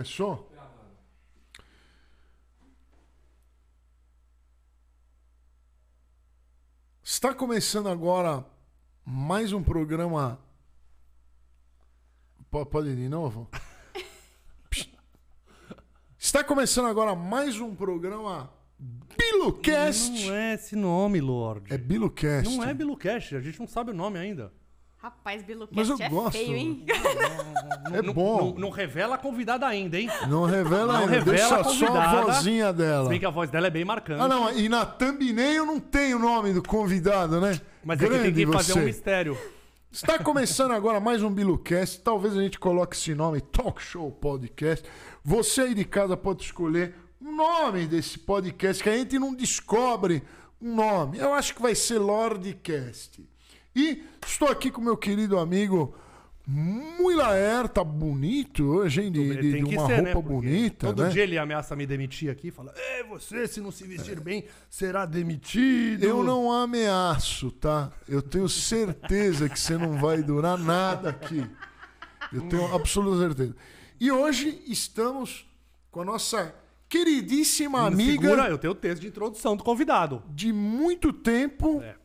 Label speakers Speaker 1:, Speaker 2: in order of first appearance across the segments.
Speaker 1: Começou? Está começando agora mais um programa. Po- Pode ir de novo? Psst. Está começando agora mais um programa Bilocast.
Speaker 2: Não é esse nome, Lorde.
Speaker 1: É Bilocast.
Speaker 2: não é Bilucast, a gente não sabe o nome ainda.
Speaker 3: Rapaz,
Speaker 1: Mas eu
Speaker 3: Bilucast é
Speaker 1: gosto.
Speaker 3: feio, hein?
Speaker 1: É
Speaker 2: Não-
Speaker 1: bom.
Speaker 2: Não, não revela a convidada ainda, hein?
Speaker 1: Não revela,
Speaker 2: Não
Speaker 1: ainda,
Speaker 2: revela
Speaker 1: deixa só a
Speaker 2: a convidada.
Speaker 1: vozinha dela.
Speaker 2: Se bem que a voz dela é bem marcante.
Speaker 1: Ah, não, e na thumbnail não tem o nome do convidado, né?
Speaker 2: Mas é que tem que fazer
Speaker 1: você.
Speaker 2: um mistério.
Speaker 1: Está começando agora mais um Bilucast. Talvez a gente coloque esse nome, Talk Show Podcast. Você aí de casa pode escolher o nome desse podcast, que a gente não descobre um nome. Eu acho que vai ser Lordcast. E estou aqui com meu querido amigo Muilaer, tá bonito hoje, hein? De, de- de
Speaker 2: tem que
Speaker 1: uma
Speaker 2: ser, né?
Speaker 1: roupa
Speaker 2: Porque
Speaker 1: bonita,
Speaker 2: Todo
Speaker 1: né?
Speaker 2: dia ele ameaça me demitir aqui e fala: É, você, se não se vestir bem, será demitido.
Speaker 1: É. Eu não ameaço, tá? Eu tenho certeza que você não vai durar nada aqui. Eu
Speaker 2: Hum.
Speaker 1: tenho absoluta certeza. E hoje estamos com a nossa queridíssima
Speaker 2: Me
Speaker 1: amiga
Speaker 2: Segura, eu tenho o texto de introdução do convidado.
Speaker 1: de muito tempo,
Speaker 2: É.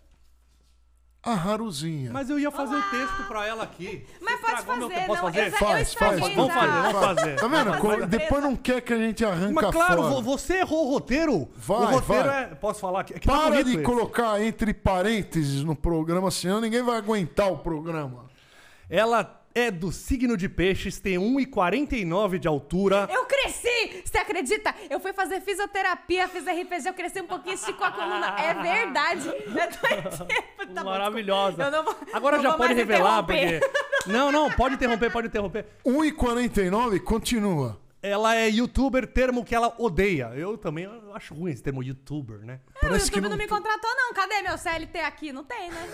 Speaker 1: a Haruzinha.
Speaker 2: Mas eu ia fazer o texto pra ela aqui.
Speaker 3: Mas
Speaker 2: Você
Speaker 3: pode
Speaker 2: estragou meu
Speaker 3: fazer,
Speaker 2: tempo. Posso
Speaker 3: não,
Speaker 2: fazer?
Speaker 3: eu sa-
Speaker 1: Faz, faz.
Speaker 3: estraguei
Speaker 2: Vamos
Speaker 3: já.
Speaker 2: fazer, vamos fazer.
Speaker 1: Tá vendo?
Speaker 2: Vamos
Speaker 1: Co-
Speaker 2: fazer.
Speaker 1: Depois não quer que a gente arranca
Speaker 2: Mas claro,
Speaker 1: fora.
Speaker 2: vo- você errou o roteiro.
Speaker 1: Vai,
Speaker 2: o roteiro
Speaker 1: vai.
Speaker 2: é. Posso falar aqui? É que tá
Speaker 1: Para
Speaker 2: bonito
Speaker 1: de
Speaker 2: esse.
Speaker 1: colocar entre parênteses no programa, senão ninguém vai aguentar o programa.
Speaker 2: Ela é do signo de peixes, tem 1,49 de altura.
Speaker 3: Eu cresci! Você acredita? Eu fui fazer fisioterapia, fiz RPG, eu cresci um pouquinho, esticou a coluna. É verdade. Eu tô tipo, tá bom,
Speaker 2: Maravilhosa.
Speaker 3: desculpa. Eu não vou-
Speaker 2: Agora
Speaker 3: não
Speaker 2: já
Speaker 3: vou
Speaker 2: pode
Speaker 3: mais
Speaker 2: revelar, porque.
Speaker 3: interromper.
Speaker 2: Não, não, pode interromper, pode interromper.
Speaker 1: 1,49 continua.
Speaker 2: Ela é youtuber, termo que ela odeia. Eu também acho ruim esse termo youtuber, né?
Speaker 3: Ah, o
Speaker 1: Parece
Speaker 3: YouTube
Speaker 1: que
Speaker 3: não...
Speaker 1: não-
Speaker 3: me contratou, não. Cadê meu CLT aqui? Não tem, né?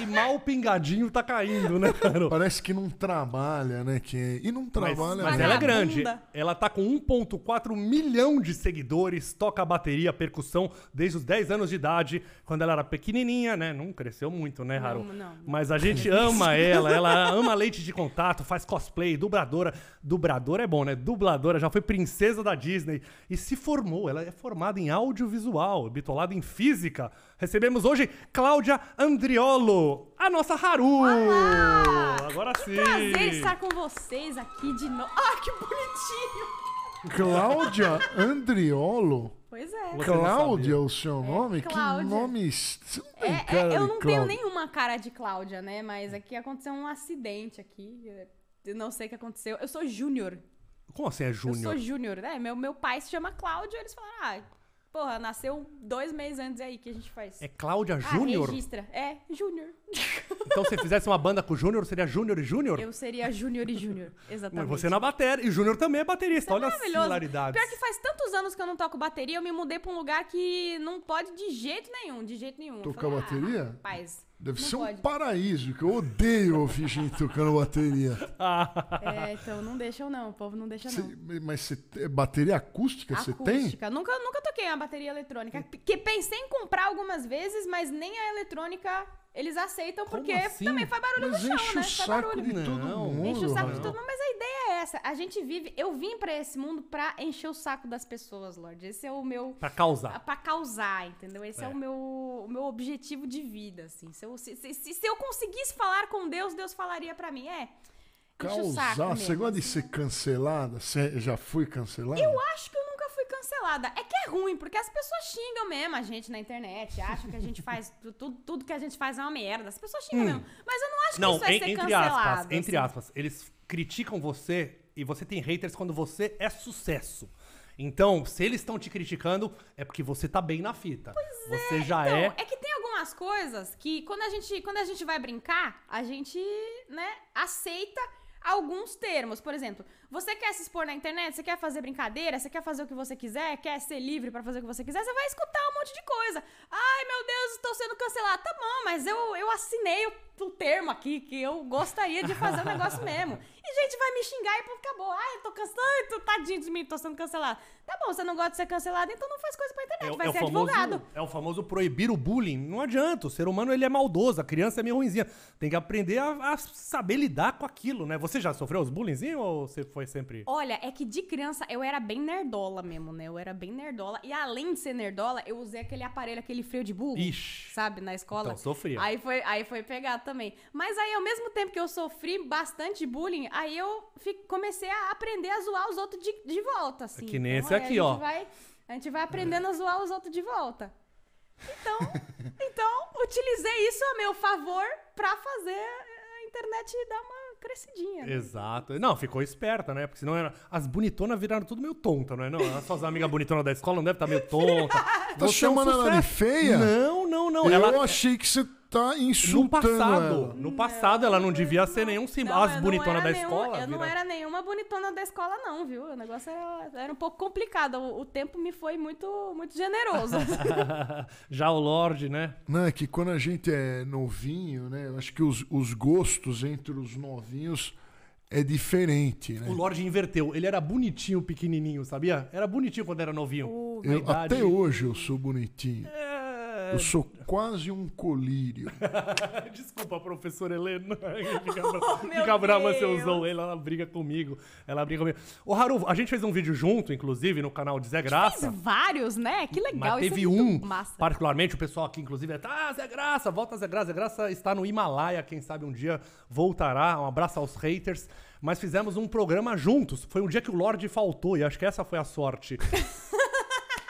Speaker 2: E mal o pingadinho tá caindo, né, cara?
Speaker 1: Parece que não trabalha, né? Que é- E não
Speaker 2: Mas,
Speaker 1: trabalha.
Speaker 2: mas
Speaker 1: né?
Speaker 2: ela é grande.
Speaker 3: Vagabunda.
Speaker 2: Ela tá com 1,4 milhão de seguidores, toca bateria, percussão desde os 10 anos de idade, quando ela era pequenininha, né? Não cresceu muito, né, Haru?
Speaker 3: Não, não.
Speaker 2: Mas a gente ama ela, ela ama leite de contato, faz cosplay, dubladora. Dubladora é bom, né? Dubladora, já foi princesa da Disney e se formou. Ela é formada em audiovisual, bitolada em física. Recebemos hoje Cláudia Andriolo, a nossa Haru. Agora sim.
Speaker 3: Prazer estar com vocês aqui de novo. Ah, que bonitinho!
Speaker 1: Cláudia Andriolo?
Speaker 3: Pois é.
Speaker 2: Você não
Speaker 1: Cláudia é
Speaker 2: sabia.
Speaker 1: o seu nome? que
Speaker 3: Cláudia.
Speaker 1: nome. est- Você não tem
Speaker 3: É, é,
Speaker 1: cara
Speaker 3: eu
Speaker 1: de
Speaker 3: não tenho
Speaker 1: Cláudia.
Speaker 3: nenhuma cara de Cláudia, né? Mas aqui aconteceu um acidente aqui. é, Eu não sei o que aconteceu. Eu sou júnior.
Speaker 2: Como assim é
Speaker 3: Eu
Speaker 2: júnior?
Speaker 3: sou júnior, né? Meu, meu pai se chama Cláudio. Eles falaram, ah, porra, nasceu dois meses antes aí. O que a gente faz?
Speaker 2: É Cláudia
Speaker 3: Ah,
Speaker 2: Júnior?
Speaker 3: registra. É, júnior.
Speaker 2: Então se fizesse uma banda com o Júnior, seria Júnior e Júnior?
Speaker 3: Eu seria júnior e júnior. Exatamente.
Speaker 2: Mas você na bateria. E Júnior também é baterista. Olha a
Speaker 3: Maravilhoso.
Speaker 2: similaridade.
Speaker 3: Pior que faz tantos anos que eu não toco bateria, eu me mudei pra um lugar que não pode de jeito nenhum, de jeito nenhum. Eu
Speaker 1: Tocar
Speaker 3: falei, ah,
Speaker 1: bateria?
Speaker 3: rapaz,
Speaker 1: Deve
Speaker 3: não
Speaker 1: ser um
Speaker 3: pode.
Speaker 1: paraíso, que eu odeio ouvir gente tocando bateria.
Speaker 3: É, então não deixa eu não, o povo não deixa não.
Speaker 1: Cê- mas você é bateria acústica, você tem? Hum.
Speaker 3: Acústica. Nunca, nunca toquei uma bateria eletrônica. Que pensei em comprar algumas vezes, mas nem a eletrônica eles aceitam,
Speaker 2: Como
Speaker 3: porque
Speaker 2: assim?
Speaker 3: também faz barulho
Speaker 1: Mas
Speaker 3: no
Speaker 1: enche
Speaker 3: chão,
Speaker 1: o
Speaker 3: né? Faz
Speaker 1: saco
Speaker 3: barulho.
Speaker 1: de todo
Speaker 2: Não.
Speaker 1: mundo.
Speaker 3: Enche o saco de
Speaker 1: Rafael.
Speaker 3: todo mundo, mas a ideia é essa. A gente vive. Eu vim pra esse mundo pra encher o saco das pessoas, Lorde. Esse é o meu.
Speaker 2: Pra
Speaker 1: Ah.
Speaker 2: causar.
Speaker 3: Pra causar, entendeu? Esse é,
Speaker 2: É.
Speaker 3: o, meu, o meu objetivo de vida, assim. Se eu, se, se- se- se eu conseguisse falar com Deus, Deus falaria pra mim. É. Enche o saco.
Speaker 1: Causar. Você
Speaker 3: mesmo.
Speaker 1: gosta de ser cancelada? Você já foi cancelada?
Speaker 3: Eu acho que eu nunca fui cancelada. É que é ruim, porque as pessoas xingam mesmo a gente na internet, acham que a gente faz. tu- Tudo, tudo que a gente faz é uma merda. As pessoas xingam mesmo. Mas eu não acho que
Speaker 2: Hum. Não,
Speaker 3: isso é
Speaker 2: en-
Speaker 3: ser
Speaker 2: entre
Speaker 3: cancelado.
Speaker 2: aspas. Entre
Speaker 3: assim.
Speaker 2: aspas. Eles criticam você e você tem haters quando você é sucesso. Então, se eles estão te criticando, é porque você tá bem na fita. você já
Speaker 3: Então,
Speaker 2: é.
Speaker 3: é que tem algumas coisas que quando a gente, quando a gente vai brincar, a gente, né, aceita alguns termos. Por exemplo, você quer se expor na internet, você quer fazer brincadeira, você quer fazer o que você quiser, quer ser livre pra fazer o que você quiser, você vai escutar um monte de coisa. Ai, meu Deus, estou sendo cancelado. Tá bom, mas eu, eu assinei o, o termo aqui que eu gostaria de fazer o negócio mesmo. E gente vai me xingar e pronto, acabou. Ai, eu tô cancelado, tadinho de mim, tô sendo cancelado. Tá bom, você não gosta de ser cancelado, então não faz coisa pra internet, vai ser advogado.
Speaker 2: é o É, um famoso proibir o bullying. Não adianta, o ser humano ele é maldoso, a criança é meio ruinzinha. Tem que aprender a, a saber lidar com aquilo, né? Você já sofreu os bullyingzinhos ou você foi foi sempre.
Speaker 3: Olha, é que de criança eu era bem nerdola mesmo, né? Eu era bem nerdola. E além de ser nerdola, eu usei aquele aparelho, aquele freio de burro.
Speaker 2: Ixi.
Speaker 3: Sabe, na escola.
Speaker 2: Então, sofria.
Speaker 3: Aí foi, aí foi pegado também. Mas aí, ao mesmo tempo que eu sofri bastante bullying, aí eu fi- comecei a aprender a zoar os outros de, de volta, assim.
Speaker 2: que nem esse
Speaker 3: aí
Speaker 2: aqui,
Speaker 3: a
Speaker 2: ó.
Speaker 3: Gente vai, a gente vai aprendendo a zoar os outros de volta. Então, então, utilizei isso a meu favor pra fazer a internet dar uma crescidinha. né?
Speaker 2: Exato. Não, ficou esperta, né? Porque senão era... as bonitonas viraram tudo meio tonta, não é? Não, as suas amigas bonitonas da escola não devem estar meio tonta. é um
Speaker 1: Tá chamando ela de
Speaker 2: sucesso.
Speaker 1: feia?
Speaker 2: Não, não, não.
Speaker 1: eu
Speaker 2: ela...
Speaker 1: achei que você tá
Speaker 2: No
Speaker 1: insultando
Speaker 2: passado,
Speaker 1: ela.
Speaker 2: no passado ela não devia ser nenhum símbolo.
Speaker 3: Não, eu
Speaker 2: As
Speaker 3: não
Speaker 2: bonitonas da
Speaker 3: era nenhum-
Speaker 2: escola.
Speaker 3: Eu não
Speaker 2: viraram-
Speaker 3: era nenhuma bonitona da escola, não, viu? O negócio era, era um pouco complicado. O, o tempo me foi muito, muito generoso.
Speaker 2: Já o Lorde, né?
Speaker 1: Não, é que quando a gente é novinho, né? Eu acho que os, os gostos entre os novinhos é diferente, né?
Speaker 2: O Lorde inverteu. Ele era bonitinho, pequenininho, sabia? Era bonitinho quando era novinho. Na
Speaker 3: Uh,
Speaker 1: Eu-
Speaker 2: idade-
Speaker 1: até hoje eu sou bonitinho.
Speaker 2: É,
Speaker 1: Eu sou quase um colírio.
Speaker 2: É, Desculpa, professora Helena. Fica, bra-
Speaker 3: Oh, meu
Speaker 2: fica brava
Speaker 3: Deus.
Speaker 2: se eu usou ele, ela briga comigo. Ela briga comigo. Ô, Haru, a gente fez um vídeo junto, inclusive, no canal de Zé
Speaker 3: Fiz
Speaker 2: Graça.
Speaker 3: vários, né? Que legal.
Speaker 2: Mas teve
Speaker 3: isso é
Speaker 2: um,
Speaker 3: muito massa.
Speaker 2: particularmente, o pessoal aqui, inclusive, é, ah, Zé Graça, volta Zé Graça. Zé Graça está no Himalaia, quem sabe um dia voltará. Um abraço aos haters. Mas fizemos um programa juntos. Foi um dia que o Lorde faltou, e acho que essa foi a sorte.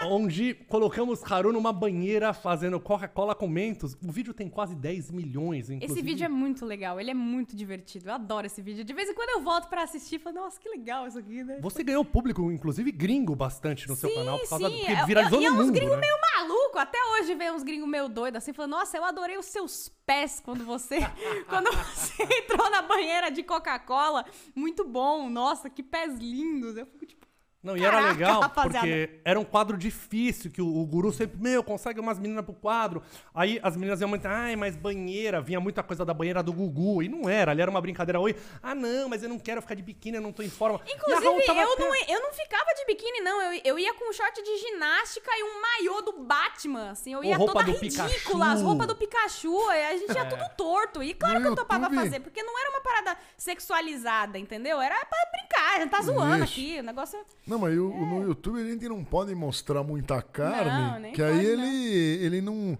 Speaker 2: onde colocamos Haru numa banheira fazendo Coca-Cola com Mentos. O vídeo tem quase 10 milhões, inclusive.
Speaker 3: Esse vídeo é muito legal, ele é muito divertido. Eu adoro esse vídeo. De vez em quando eu volto pra assistir e falo, nossa, que legal isso aqui, né?
Speaker 2: Você ganhou público, inclusive gringo, bastante no seu
Speaker 3: Sim,
Speaker 2: canal, por causa
Speaker 3: sim,
Speaker 2: do que
Speaker 3: é-
Speaker 2: viralizou
Speaker 3: e é
Speaker 2: no
Speaker 3: uns
Speaker 2: mundo.
Speaker 3: gringos
Speaker 2: né?
Speaker 3: meio maluco. Até hoje vem uns gringos meio doido assim, falando: Nossa, eu adorei os seus pés quando você, quando você entrou na banheira de Coca-Cola. Muito bom, nossa, que pés lindos. Eu fico tipo.
Speaker 2: Não, e era
Speaker 3: Caraca,
Speaker 2: legal,
Speaker 3: rapaziada.
Speaker 2: porque era um quadro difícil, que o, o guru sempre, meu, consegue umas meninas pro quadro. Aí as meninas iam muito, ai, mas banheira, vinha muita coisa da banheira do Gugu. E não era, ali era uma brincadeira. Oi, ah não, mas eu não quero ficar de biquíni, eu não tô em forma. E a Raul
Speaker 3: Inclusive,
Speaker 2: tava
Speaker 3: eu
Speaker 2: até-
Speaker 3: não, eu não ficava de biquíni, não. Eu, eu ia com um short de ginástica e um maiô do Batman, assim. Eu
Speaker 2: Ou
Speaker 3: ia
Speaker 2: roupa
Speaker 3: toda
Speaker 2: do
Speaker 3: ridícula,
Speaker 2: Pikachu. É.
Speaker 3: as roupas do Pikachu. aí A gente ia tudo torto. E claro
Speaker 1: No
Speaker 3: que eu topava
Speaker 1: YouTube-
Speaker 3: fazer, porque não era uma parada sexualizada, entendeu? Era pra brincar, a gente tá zoando
Speaker 1: Isso.
Speaker 3: aqui. O negócio.
Speaker 1: Não, mas o- no YouTube a gente não pode mostrar muita carne,
Speaker 3: nem
Speaker 1: que aí
Speaker 3: pode,
Speaker 1: ele,
Speaker 3: não.
Speaker 1: ele não...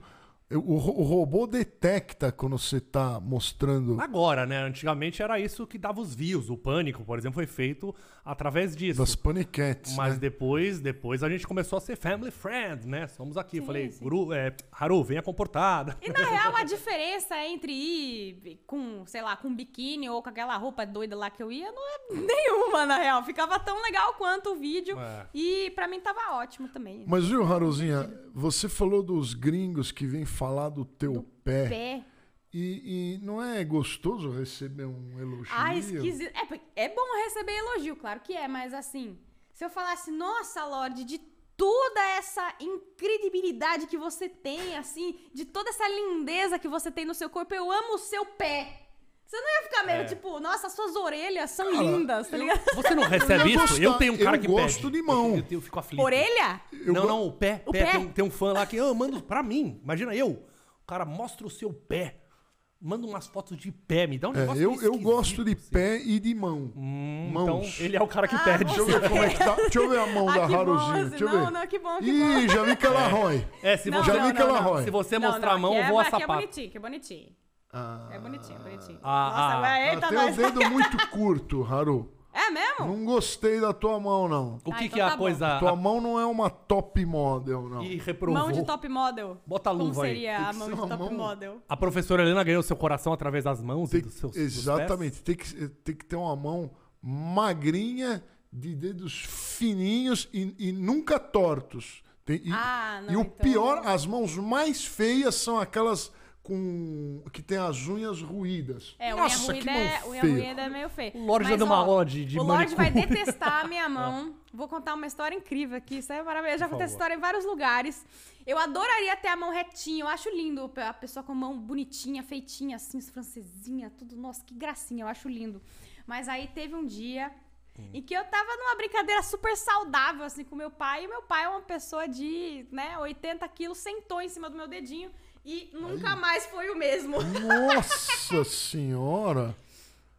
Speaker 1: O, ro- o robô detecta quando você tá mostrando...
Speaker 2: Agora, né? Antigamente era isso que dava os views. O pânico, por exemplo, foi feito através disso.
Speaker 1: Das paniquetes,
Speaker 2: Mas
Speaker 1: né?
Speaker 2: depois, depois a gente começou a ser family friend, né? Somos aqui. Eu falei,
Speaker 3: sim.
Speaker 2: Guru, é, Haru, venha comportada.
Speaker 3: E na real, a diferença entre ir com, sei lá, com um biquíni ou com aquela roupa doida lá que eu ia, não é nenhuma, na real. Ficava tão legal quanto o vídeo.
Speaker 2: É.
Speaker 3: E pra mim tava ótimo também.
Speaker 1: Mas viu, Haruzinha, você falou dos gringos que vêm falar do teu pé.
Speaker 2: é
Speaker 3: Pé.
Speaker 1: E, e não é gostoso receber um elogio?
Speaker 3: Ah, esquisito. É, porque é bom receber elogio, claro que é, mas assim, se eu falasse, nossa, Lorde, de toda essa incredibilidade que você tem, assim, de toda essa lindeza que você tem no seu corpo, eu amo o seu pé. Você não ia ficar meio
Speaker 2: É.
Speaker 3: tipo, nossa, suas orelhas são
Speaker 1: Cara,
Speaker 3: lindas, tá ligado?
Speaker 2: Você não recebe
Speaker 1: Eu
Speaker 2: isso?
Speaker 1: gosto-
Speaker 2: eu tenho um cara
Speaker 1: eu
Speaker 2: que
Speaker 1: gosto
Speaker 2: pede.
Speaker 1: de mão.
Speaker 2: Eu, eu, eu fico aflito.
Speaker 3: Orelha?
Speaker 1: Eu
Speaker 2: não,
Speaker 1: go-
Speaker 2: não, o pé.
Speaker 3: O
Speaker 2: pé.
Speaker 3: pé?
Speaker 2: Tem, um- tem um fã lá que ah, manda pra mim. Imagina eu. O cara mostra o seu pé. Manda umas fotos de pé. Me dá um
Speaker 1: É,
Speaker 2: negócio
Speaker 1: eu,
Speaker 2: meio
Speaker 1: eu
Speaker 2: esquisito,
Speaker 1: gosto de
Speaker 2: assim.
Speaker 1: pé e de mão.
Speaker 2: Hum,
Speaker 1: Mãos.
Speaker 2: Então, ele é o cara que pede.
Speaker 1: Deixa eu ver como é que tá. Deixa eu ver a mão
Speaker 3: Ah,
Speaker 1: da
Speaker 3: que bom,
Speaker 1: Haruzinha.
Speaker 3: assim,
Speaker 1: Deixa eu
Speaker 3: não,
Speaker 1: ver.
Speaker 3: não, que bom, que
Speaker 1: Ih, já vi que ela rói.
Speaker 2: É, se
Speaker 3: Não,
Speaker 2: você,
Speaker 1: já vi
Speaker 3: não,
Speaker 1: que ela
Speaker 3: não.
Speaker 1: rói.
Speaker 2: se você
Speaker 3: Não,
Speaker 2: mostrar
Speaker 3: não,
Speaker 2: a mão,
Speaker 3: aqui
Speaker 2: eu
Speaker 3: é,
Speaker 2: vou a
Speaker 3: aqui é
Speaker 2: sapato.
Speaker 3: bonitinho, que é bonitinho. É bonitinho, bonitinho.
Speaker 2: Ah,
Speaker 3: Nossa,
Speaker 2: ah,
Speaker 3: ué, eita,
Speaker 1: Ela tem
Speaker 3: nós.
Speaker 1: o dedo muito curto, Haru.
Speaker 3: É mesmo?
Speaker 1: Não gostei da tua mão, não.
Speaker 2: o que,
Speaker 3: Ah,
Speaker 2: que é
Speaker 3: então
Speaker 2: a
Speaker 3: tá bom.
Speaker 2: coisa
Speaker 1: Tua mão não é uma top model, não.
Speaker 2: que reprovou?
Speaker 3: Mão de top model.
Speaker 2: Bota a luva
Speaker 3: Como
Speaker 2: aí.
Speaker 3: seria
Speaker 1: Tem
Speaker 3: a
Speaker 1: que
Speaker 3: mão
Speaker 1: ser
Speaker 3: de
Speaker 1: uma
Speaker 3: top
Speaker 1: mão-
Speaker 3: model?
Speaker 2: A professora Helena ganhou seu coração através das mãos
Speaker 1: Tem-
Speaker 2: e dos seus dos pés?
Speaker 1: exatamente. Tem que, tem que ter uma mão magrinha, de dedos fininhos e, e nunca tortos. Tem- e,
Speaker 3: Ah, não,
Speaker 1: e o
Speaker 3: então-
Speaker 1: pior, as mãos mais feias são aquelas com que tem as unhas ruídas.
Speaker 3: É, unha
Speaker 1: Nossa, que
Speaker 3: ruída,
Speaker 1: mão
Speaker 3: é, unha
Speaker 1: feia.
Speaker 3: ruída é meio feio.
Speaker 2: O Lorde já deu
Speaker 3: ó,
Speaker 2: uma aula de- de
Speaker 3: O Lorde vai
Speaker 2: manicure. É.
Speaker 3: detestar a minha mão. Vou contar uma história incrível aqui. Isso é maravilhoso. Eu já
Speaker 2: Por
Speaker 3: contei essa
Speaker 2: favor.
Speaker 3: história em vários lugares. Eu adoraria ter a mão retinha. Eu acho lindo a pessoa com a mão bonitinha, feitinha, assim, francesinha, tudo. Nossa, que gracinha. Eu acho lindo. Mas aí teve um dia
Speaker 2: Hum.
Speaker 3: em que eu tava numa brincadeira super saudável, assim, com meu pai. E meu pai é uma pessoa de, né, 80 quilos, sentou em cima do meu dedinho. E nunca mais foi o mesmo.
Speaker 1: Nossa senhora!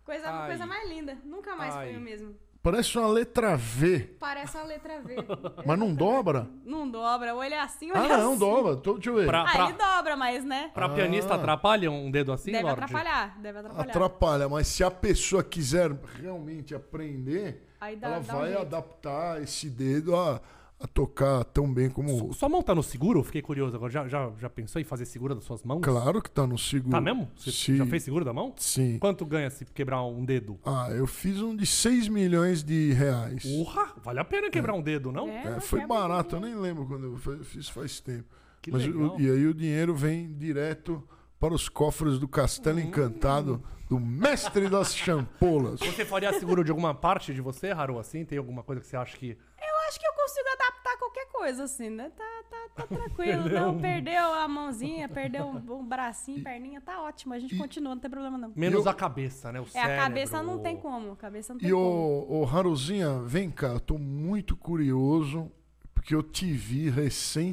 Speaker 3: Coisa,
Speaker 2: Ai.
Speaker 3: coisa mais linda. Nunca mais
Speaker 2: Ai.
Speaker 3: foi o mesmo.
Speaker 1: Parece uma letra V,
Speaker 3: Parece a letra V.
Speaker 1: mas não dobra?
Speaker 3: não dobra, ou ele é assim ou
Speaker 1: Ah,
Speaker 3: ele é
Speaker 1: não,
Speaker 3: assim.
Speaker 1: dobra. Tô, deixa eu ver.
Speaker 2: Pra-
Speaker 3: Ah, ele dobra, mas né?
Speaker 2: Pra
Speaker 1: Ah.
Speaker 2: pianista atrapalha um dedo assim,
Speaker 3: deve
Speaker 2: Lorde?
Speaker 3: atrapalhar, deve atrapalhar.
Speaker 1: Atrapalha, mas se a pessoa quiser realmente aprender,
Speaker 3: Aí dá-
Speaker 1: ela
Speaker 3: dá um
Speaker 1: vai
Speaker 3: jeito.
Speaker 1: adaptar esse dedo a, a tocar tão bem como.
Speaker 2: Sua mão tá no seguro? Fiquei curioso agora. Já, já, já pensou em fazer seguro das suas mãos?
Speaker 1: Claro que tá no seguro.
Speaker 2: Tá mesmo? Você
Speaker 1: Sim.
Speaker 2: já fez seguro da mão?
Speaker 1: Sim.
Speaker 2: Quanto ganha se quebrar um dedo?
Speaker 1: Ah, eu fiz um de 6 milhões de reais.
Speaker 2: Porra, vale a pena quebrar um dedo, não?
Speaker 3: É,
Speaker 1: É,
Speaker 3: não
Speaker 1: foi
Speaker 3: quebra
Speaker 1: barato, eu nem lembro quando eu fa- fiz faz tempo.
Speaker 2: Que
Speaker 1: Mas
Speaker 2: legal.
Speaker 1: o- e aí o dinheiro vem direto para os cofres do Castelo
Speaker 3: Hum.
Speaker 1: Encantado, do mestre das champolas.
Speaker 2: Você faria seguro de alguma parte de você, Haru, assim? Tem alguma coisa que você acha que...
Speaker 3: Eu acho que eu consigo adaptar qualquer coisa, assim, né? Tá, tá, tá tranquilo.
Speaker 1: é
Speaker 3: não,
Speaker 1: um
Speaker 3: perdeu a mãozinha, perdeu um, um bracinho, perninha, tá ótimo. A gente continua, não tem problema não.
Speaker 2: Menos
Speaker 1: Eu-
Speaker 2: a cabeça, né? O
Speaker 3: É, a cabeça
Speaker 2: cérebro.
Speaker 3: não tem como. a Cabeça não tem
Speaker 1: E
Speaker 3: como.
Speaker 1: o, o Haruzinha, vem cá, eu tô muito curioso, porque eu te vi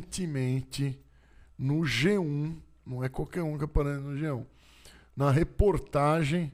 Speaker 1: recentemente no G1, não é qualquer um que aparece no G1, na reportagem,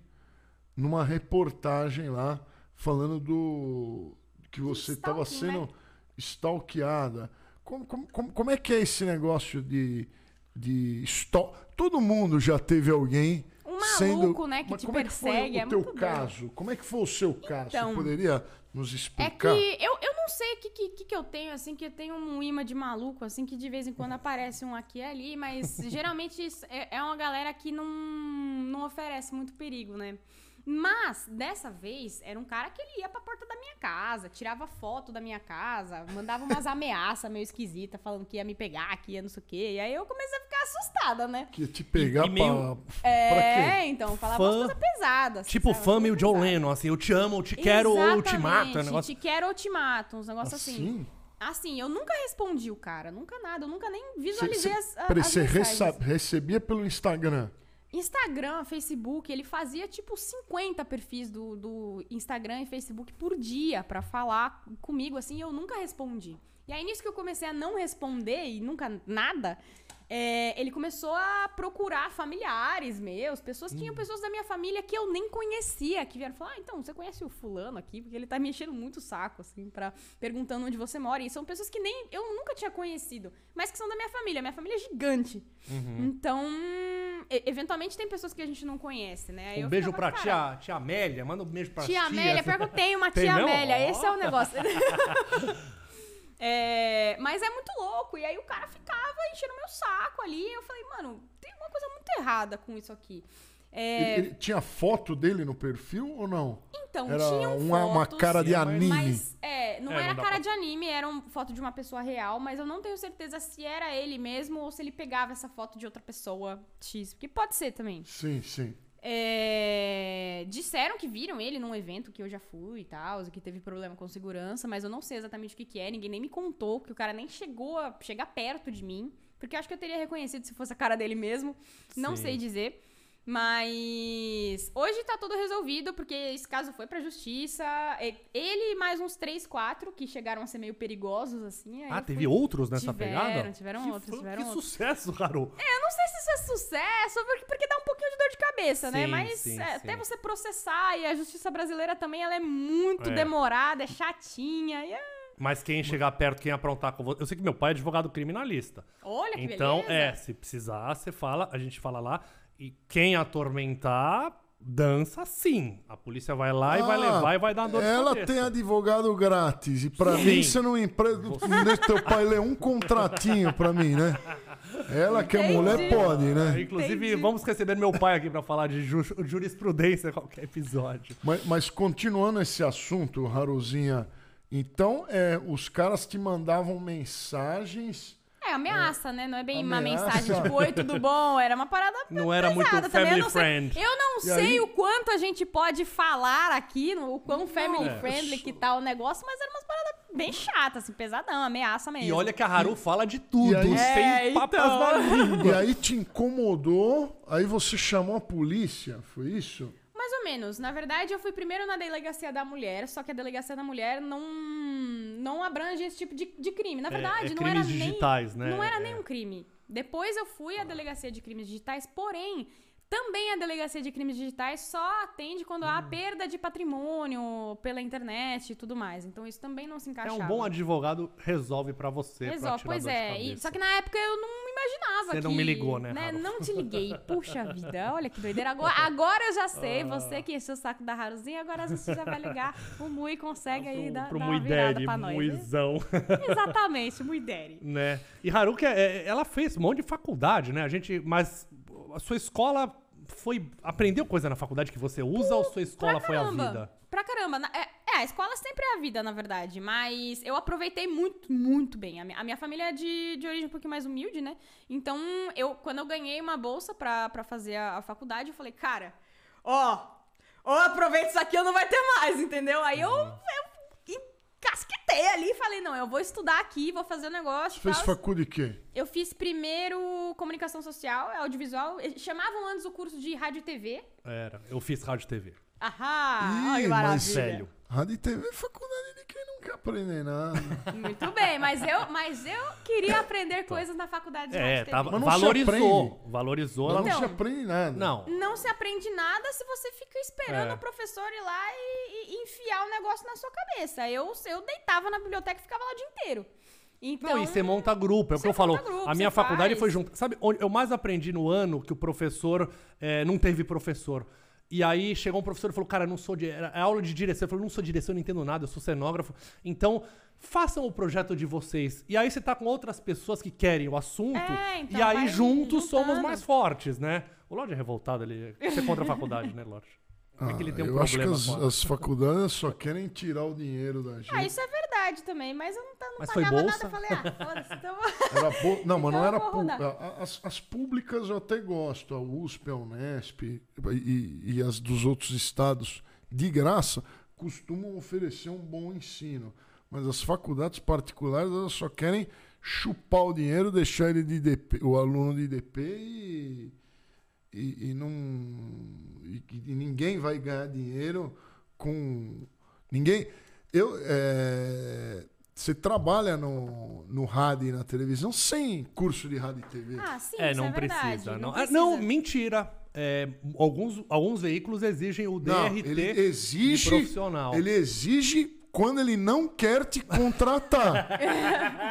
Speaker 1: numa reportagem lá, falando do. que você estava
Speaker 3: stalking,
Speaker 1: sendo
Speaker 3: né?
Speaker 1: stalkeada. Como, como, como, como é que é esse negócio de. de stalk? Todo mundo já teve alguém.
Speaker 3: Um
Speaker 1: sendo-
Speaker 3: maluco, né, que
Speaker 1: Mas
Speaker 3: te
Speaker 1: como É
Speaker 3: persegue,
Speaker 1: que foi
Speaker 3: é
Speaker 1: o teu
Speaker 3: muito doido.
Speaker 1: caso? caso. Como é que foi o seu caso?
Speaker 3: Então,
Speaker 1: Você poderia nos
Speaker 3: É que
Speaker 1: explicar?
Speaker 3: eu, eu não sei o que, que, que que eu tenho, assim, que eu tenho um imã de maluco, assim, que de vez em quando
Speaker 2: Uhum.
Speaker 3: aparece um aqui e ali, mas geralmente isso é, é uma galera que não, não oferece muito perigo, né? Mas, dessa vez, era um cara que ele ia pra porta da minha casa, tirava foto da minha casa, mandava umas ameaças meio esquisitas, falando que ia me pegar, que ia não sei o quê. E aí eu comecei a ficar assustada, né?
Speaker 1: Que ia te pegar
Speaker 2: E- e
Speaker 1: pra...
Speaker 2: meio-
Speaker 1: pra quê?
Speaker 3: É, então, falava
Speaker 2: Fã-
Speaker 3: umas coisas pesadas.
Speaker 2: Tipo
Speaker 3: sabe?
Speaker 2: fã meio
Speaker 3: Coisa
Speaker 2: John
Speaker 3: pesada.
Speaker 2: Lennon, assim. Eu te amo, eu te quero ou eu te mato. É um
Speaker 3: Exatamente,
Speaker 2: negócio...
Speaker 3: Te quero ou te mato, uns negócios assim.
Speaker 1: Assim?
Speaker 3: Assim, eu nunca respondi o cara, nunca nada, eu nunca nem
Speaker 1: Você-
Speaker 3: visualizei
Speaker 1: você-
Speaker 3: as, a-
Speaker 1: peraí,
Speaker 3: as
Speaker 1: você
Speaker 3: mensagens.
Speaker 1: rece- recebia pelo Instagram.
Speaker 3: Instagram, Facebook, ele fazia tipo 50 perfis do, do Instagram e Facebook por dia pra falar comigo, assim, e eu nunca respondi. E aí, nisso que eu comecei a não responder e nunca nada, é, ele começou a procurar familiares meus, pessoas,
Speaker 2: Hum.
Speaker 3: tinham pessoas da minha família que eu nem conhecia, que vieram falar, ah, então, você conhece o fulano aqui? Porque ele tá me enchendo muito o saco, assim, pra, perguntando onde você mora. E são pessoas que nem, eu nunca tinha conhecido, mas que são da minha família, minha família é gigante.
Speaker 2: Uhum.
Speaker 3: Então, e- eventualmente tem pessoas que a gente não conhece, né? Aí
Speaker 2: Um
Speaker 3: eu
Speaker 2: beijo
Speaker 3: ficava,
Speaker 2: pra
Speaker 3: "Cara,
Speaker 2: tia, tia Amélia. Manda um beijo pra
Speaker 3: Tia
Speaker 1: assim.
Speaker 3: Amélia, é pior que eu tenho uma
Speaker 2: Tem
Speaker 3: tia
Speaker 2: mesmo?
Speaker 3: Amélia, esse é
Speaker 2: Ó.
Speaker 3: o negócio. É, mas é muito louco. E aí o cara ficava enchendo meu saco ali. Eu falei, mano, tem alguma coisa muito errada com isso aqui. É,
Speaker 1: Ele- ele tinha foto dele no perfil ou não?
Speaker 3: então,
Speaker 1: Era
Speaker 3: tinham
Speaker 1: uma, uma
Speaker 3: fotos,
Speaker 1: cara de
Speaker 2: mas-
Speaker 1: anime.
Speaker 3: Mas, é, não
Speaker 2: É, não
Speaker 3: era
Speaker 2: dá
Speaker 3: cara
Speaker 2: pra-
Speaker 3: de anime, era uma foto de uma pessoa real, mas eu não tenho certeza se era ele mesmo ou se ele pegava essa foto de outra pessoa X. Porque pode ser também.
Speaker 1: Sim, sim.
Speaker 3: É, Disseram que viram ele num evento que eu já fui e tal, que teve problema com segurança, mas eu não sei exatamente o que, que é, ninguém nem me contou, que o cara nem chegou a chegar perto de mim, porque eu acho que eu teria reconhecido se fosse a cara dele mesmo, não
Speaker 2: Sim.
Speaker 3: sei dizer. Mas hoje tá tudo resolvido, porque esse caso foi pra justiça. e- Ele e mais uns três, quatro que chegaram a ser meio perigosos, assim. aí
Speaker 2: Ah,
Speaker 3: eu
Speaker 2: teve
Speaker 3: fui-
Speaker 2: outros nessa
Speaker 3: tiveram,
Speaker 2: pegada?
Speaker 3: tiveram
Speaker 2: que
Speaker 3: outros,
Speaker 2: fã-
Speaker 3: tiveram
Speaker 2: que
Speaker 3: outros.
Speaker 2: sucesso, Haru.
Speaker 3: Eu não sei se isso é sucesso, porque- porque dá um pouquinho de dor de cabeça, né?
Speaker 2: Sim,
Speaker 3: Mas
Speaker 2: sim,
Speaker 3: é,
Speaker 2: sim.
Speaker 3: até você processar, e a justiça brasileira também ela é muito
Speaker 2: É.
Speaker 3: demorada, é chatinha. E é...
Speaker 2: Mas quem chegar perto, quem aprontar com você. Eu sei que meu pai é advogado criminalista.
Speaker 3: Olha que
Speaker 2: Então,
Speaker 3: beleza.
Speaker 2: é, se precisar, você fala, a gente fala lá. E quem atormentar, dança sim. A polícia vai lá e vai
Speaker 1: Ah,
Speaker 2: levar e vai dar dor de
Speaker 1: Ela
Speaker 2: cabeça.
Speaker 1: tem advogado grátis. E pra
Speaker 2: Tá Sim.
Speaker 1: mim, você não emprega. Não deixa teu pai ler um contratinho pra mim, né? Ela que é
Speaker 3: Entendi.
Speaker 1: mulher, pode, né?
Speaker 2: Ah, Inclusive,
Speaker 3: Entendi.
Speaker 2: vamos receber meu pai aqui pra falar de ju- jurisprudência em qualquer episódio.
Speaker 1: Mas, mas continuando esse assunto, Haruzinha, então é, os caras te mandavam mensagens.
Speaker 3: É, ameaça, né? Não é bem uma
Speaker 1: Ameaça.
Speaker 3: mensagem tipo, oi, tudo bom? Era uma parada
Speaker 2: Não era muito
Speaker 3: pesada também. eu
Speaker 2: family
Speaker 3: não sei-
Speaker 2: friend.
Speaker 3: Eu não sei
Speaker 1: aí-
Speaker 3: o quanto a gente pode falar aqui, no- o quão family
Speaker 2: é.
Speaker 3: friendly que tá o negócio, mas era umas paradas bem chatas, assim, pesadão, ameaça mesmo.
Speaker 2: E olha que a Haru fala de tudo,
Speaker 1: E aí-
Speaker 2: sem
Speaker 3: É,
Speaker 2: papas
Speaker 3: então.
Speaker 2: na língua.
Speaker 1: E aí te incomodou, aí você chamou a polícia, foi isso?
Speaker 3: Mais ou menos. Na verdade, eu fui primeiro na delegacia da mulher, só que a delegacia da mulher não, não abrange esse tipo de, de crime. Na
Speaker 2: É,
Speaker 3: verdade,
Speaker 2: é
Speaker 3: não era
Speaker 2: crimes
Speaker 3: nem. um
Speaker 2: digitais, né?
Speaker 3: Não era
Speaker 2: É. Ah.
Speaker 3: nenhum crime. Depois eu fui à delegacia de crimes digitais, porém, Também a Delegacia de Crimes Digitais só atende quando
Speaker 2: Hum.
Speaker 3: há perda de patrimônio pela internet e tudo mais. Então isso também não se
Speaker 2: É
Speaker 3: encaixava.
Speaker 2: um bom advogado, resolve pra você. pra
Speaker 3: Resolve,
Speaker 2: tirar
Speaker 3: pois
Speaker 2: dor de
Speaker 3: é. E-
Speaker 2: cabeça.
Speaker 3: só que na época eu não imaginava
Speaker 2: Você
Speaker 3: que...
Speaker 2: não me ligou, né, Harold?
Speaker 3: Não te liguei. Puxa vida, olha que doideira. Agora, agora eu já sei,
Speaker 2: Ah.
Speaker 3: você que encheu o saco da Haruzinha, agora você já vai ligar o Mui consegue aí dar,
Speaker 2: pro
Speaker 3: dar uma virada
Speaker 2: Muideri,
Speaker 3: pra nós.
Speaker 2: Muizão.
Speaker 3: Exatamente, Muideri.
Speaker 2: né? E Haruka, é, ela fez um monte de faculdade, né? A gente, mas a sua escola foi aprendeu coisa na faculdade que você usa ou sua escola foi a vida?
Speaker 3: Pra Hum, caramba. Na- É, é, a escola sempre é a vida, na verdade. Mas eu aproveitei muito, muito bem. A minha, a minha família é de, de origem um pouquinho mais humilde, né? Então, eu, quando eu ganhei uma bolsa pra, pra fazer a, a faculdade, eu falei, cara, ó, ó, aproveita isso aqui, eu não vai ter mais, entendeu? Aí eu,
Speaker 2: Uhum.
Speaker 3: eu casquetei ali e falei, não, eu vou estudar aqui, vou fazer o negócio e
Speaker 1: Fez
Speaker 3: tal.
Speaker 1: facu de quê?
Speaker 3: Eu fiz primeiro comunicação social, audiovisual. Eles Chamavam antes o curso de rádio e TV.
Speaker 2: Era, eu fiz rádio e TV.
Speaker 3: Ahá! Ah, olha
Speaker 1: Ih, mas
Speaker 3: que maravilha.
Speaker 2: Sério.
Speaker 1: Rádio e TV é faculdade de quem não quer aprender nada.
Speaker 3: Muito bem, mas eu, mas eu queria aprender coisas na faculdade de rádio
Speaker 2: É,
Speaker 3: e TV.
Speaker 2: tava,
Speaker 1: Mas não se
Speaker 2: valorizou,
Speaker 1: aprende.
Speaker 2: valorizou.
Speaker 1: Mas
Speaker 2: Ela
Speaker 1: não
Speaker 3: Então.
Speaker 1: se aprende nada.
Speaker 2: não, não.
Speaker 3: Não se aprende nada se você fica esperando
Speaker 2: É.
Speaker 3: o professor ir lá e, e- e enfiar o negócio na sua cabeça. Eu, eu deitava na biblioteca e ficava lá o dia inteiro. Então,
Speaker 2: Não, e você monta grupo, é o que
Speaker 3: Você
Speaker 2: eu falo.
Speaker 3: monta grupo,
Speaker 2: a minha
Speaker 3: você
Speaker 2: faculdade
Speaker 3: faz.
Speaker 2: foi junto. Sabe, onde eu mais aprendi no ano que o professor eh, não teve professor. E aí chegou um professor e falou: Cara, eu não sou de. Era é aula de direção. Ele falou: Não sou direção, eu não entendo nada, eu sou cenógrafo. Então, façam o projeto de vocês. E aí você tá com outras pessoas que querem o assunto.
Speaker 3: É, então,
Speaker 2: e aí
Speaker 3: vai
Speaker 2: juntos somos
Speaker 3: juntando.
Speaker 2: mais fortes, né? O Lorde é revoltado, ele você é contra a faculdade, né, Lorde?
Speaker 1: Ah,
Speaker 2: é que ele tem um
Speaker 1: eu acho que
Speaker 2: problema
Speaker 1: as,
Speaker 2: com a-
Speaker 1: as faculdades só querem tirar o dinheiro da gente.
Speaker 3: Ah, isso é verdade também, mas eu não, tá- não
Speaker 2: Mas foi
Speaker 3: pagava
Speaker 2: bolsa?
Speaker 3: nada. Eu falei, ah, foda-se, então vou-
Speaker 1: Era bo- Não, mas não
Speaker 3: Então
Speaker 1: era
Speaker 3: eu vou
Speaker 1: pública.
Speaker 3: rodar.
Speaker 1: As, as públicas eu até gosto, a USP, a Unesp e, e- e as dos outros estados, de graça, costumam oferecer um bom ensino. Mas as faculdades particulares elas só querem chupar o dinheiro, deixar ele de IDP, o aluno de IDP e, e, e não. E, que- e ninguém vai ganhar dinheiro com. Ninguém. Eu. é, você trabalha no, no rádio e na televisão sem curso de rádio e TV.
Speaker 3: Ah, sim,
Speaker 2: é,
Speaker 3: isso
Speaker 2: não
Speaker 3: é
Speaker 2: precisa.
Speaker 3: verdade.
Speaker 2: não. Ah,
Speaker 3: precisa.
Speaker 2: não, mentira. É, alguns, alguns veículos exigem o
Speaker 1: Não,
Speaker 2: DRT.
Speaker 1: ele
Speaker 2: de
Speaker 1: exige.
Speaker 2: profissional.
Speaker 1: Ele exige quando ele não quer te contratar.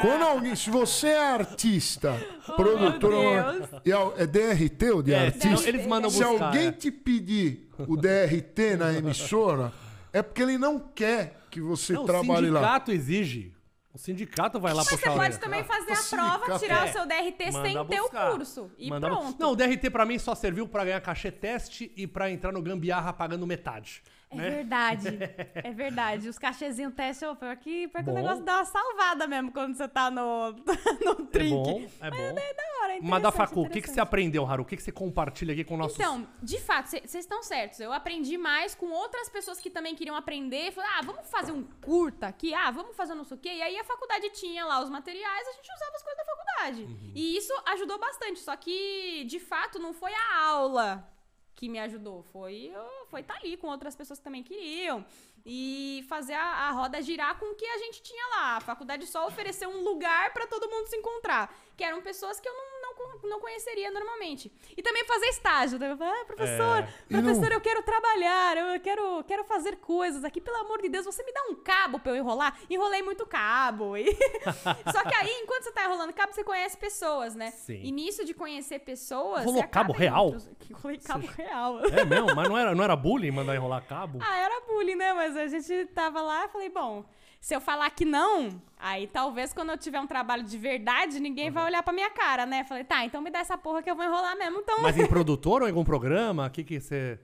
Speaker 1: quando alguém, se você é artista, produtor,
Speaker 3: Deus.
Speaker 1: e al- é DRT ou de
Speaker 2: Oh, É,
Speaker 1: artista?
Speaker 2: senão eles mandam
Speaker 1: se
Speaker 2: buscar.
Speaker 1: alguém
Speaker 2: é.
Speaker 1: te pedir o DRT na emissora, é porque ele não quer que você
Speaker 2: Não,
Speaker 1: trabalhe
Speaker 2: O
Speaker 1: lá.
Speaker 2: É um sindicato exige. O sindicato vai lá
Speaker 3: Mas você
Speaker 2: puxar a
Speaker 3: pode
Speaker 2: orelha. É,
Speaker 3: também fazer
Speaker 1: Ah,
Speaker 3: a
Speaker 1: sim,
Speaker 3: prova,
Speaker 1: café.
Speaker 3: tirar o seu DRT sem
Speaker 2: Manda
Speaker 3: ter o
Speaker 2: buscar.
Speaker 3: curso. E
Speaker 2: Manda-
Speaker 3: pronto.
Speaker 2: Não, o DRT pra mim só serviu pra ganhar cachê teste e pra entrar no gambiarra pagando metade.
Speaker 3: É verdade, é verdade. Os cachezinhos teste, ô, pior que, pior que o
Speaker 2: Bom.
Speaker 3: negócio dá uma salvada mesmo quando você tá no, no
Speaker 2: É
Speaker 3: trinque.
Speaker 2: bom, é bom.
Speaker 3: É da hora,
Speaker 2: Mas
Speaker 3: é
Speaker 2: da
Speaker 3: interessante,
Speaker 2: Facu, o que, que
Speaker 3: interessante.
Speaker 2: você aprendeu, Haru? O que, que você compartilha aqui com nossos...
Speaker 3: Então, de fato, vocês estão certos. Eu aprendi mais com outras pessoas que também queriam aprender. Falaram, ah, vamos fazer um curta aqui, ah, vamos fazer não sei o quê. E aí a faculdade tinha lá os materiais, a gente usava as coisas da faculdade.
Speaker 2: Uhum.
Speaker 3: E isso ajudou bastante. Só que, de fato, não foi a aula que me ajudou. Foi eu- foi estar ali com outras pessoas que também queriam. E fazer a, a roda girar com o que a gente tinha lá. A faculdade só ofereceu um lugar para todo mundo se encontrar. Que eram pessoas que eu não, não, con- não conheceria normalmente. E também fazer estágio. Né? Eu falava, Ah, professor,
Speaker 2: É.
Speaker 1: E não-
Speaker 3: professor, eu quero trabalhar, eu quero, quero fazer coisas aqui. Pelo amor de Deus, você me dá um cabo pra eu enrolar? Enrolei muito cabo. E- Só que aí, enquanto você tá enrolando cabo, você conhece pessoas, né?
Speaker 2: Sim.
Speaker 3: E nisso de conhecer pessoas...
Speaker 2: Enrolou
Speaker 3: você acaba
Speaker 2: cabo
Speaker 3: em
Speaker 2: real?
Speaker 3: outros- Enrolei cabo real.
Speaker 2: É mesmo? Mas não era, não era bullying mandar enrolar cabo?
Speaker 3: Ah, era bullying, né? Mas a gente tava lá e falei, bom, se eu falar que não, aí talvez quando eu tiver um trabalho de verdade, ninguém vai olhar pra minha cara, né? Falei, tá, então me dá essa porra que eu vou enrolar mesmo, então.
Speaker 2: Mas em produtor ou em algum programa? O que, que você...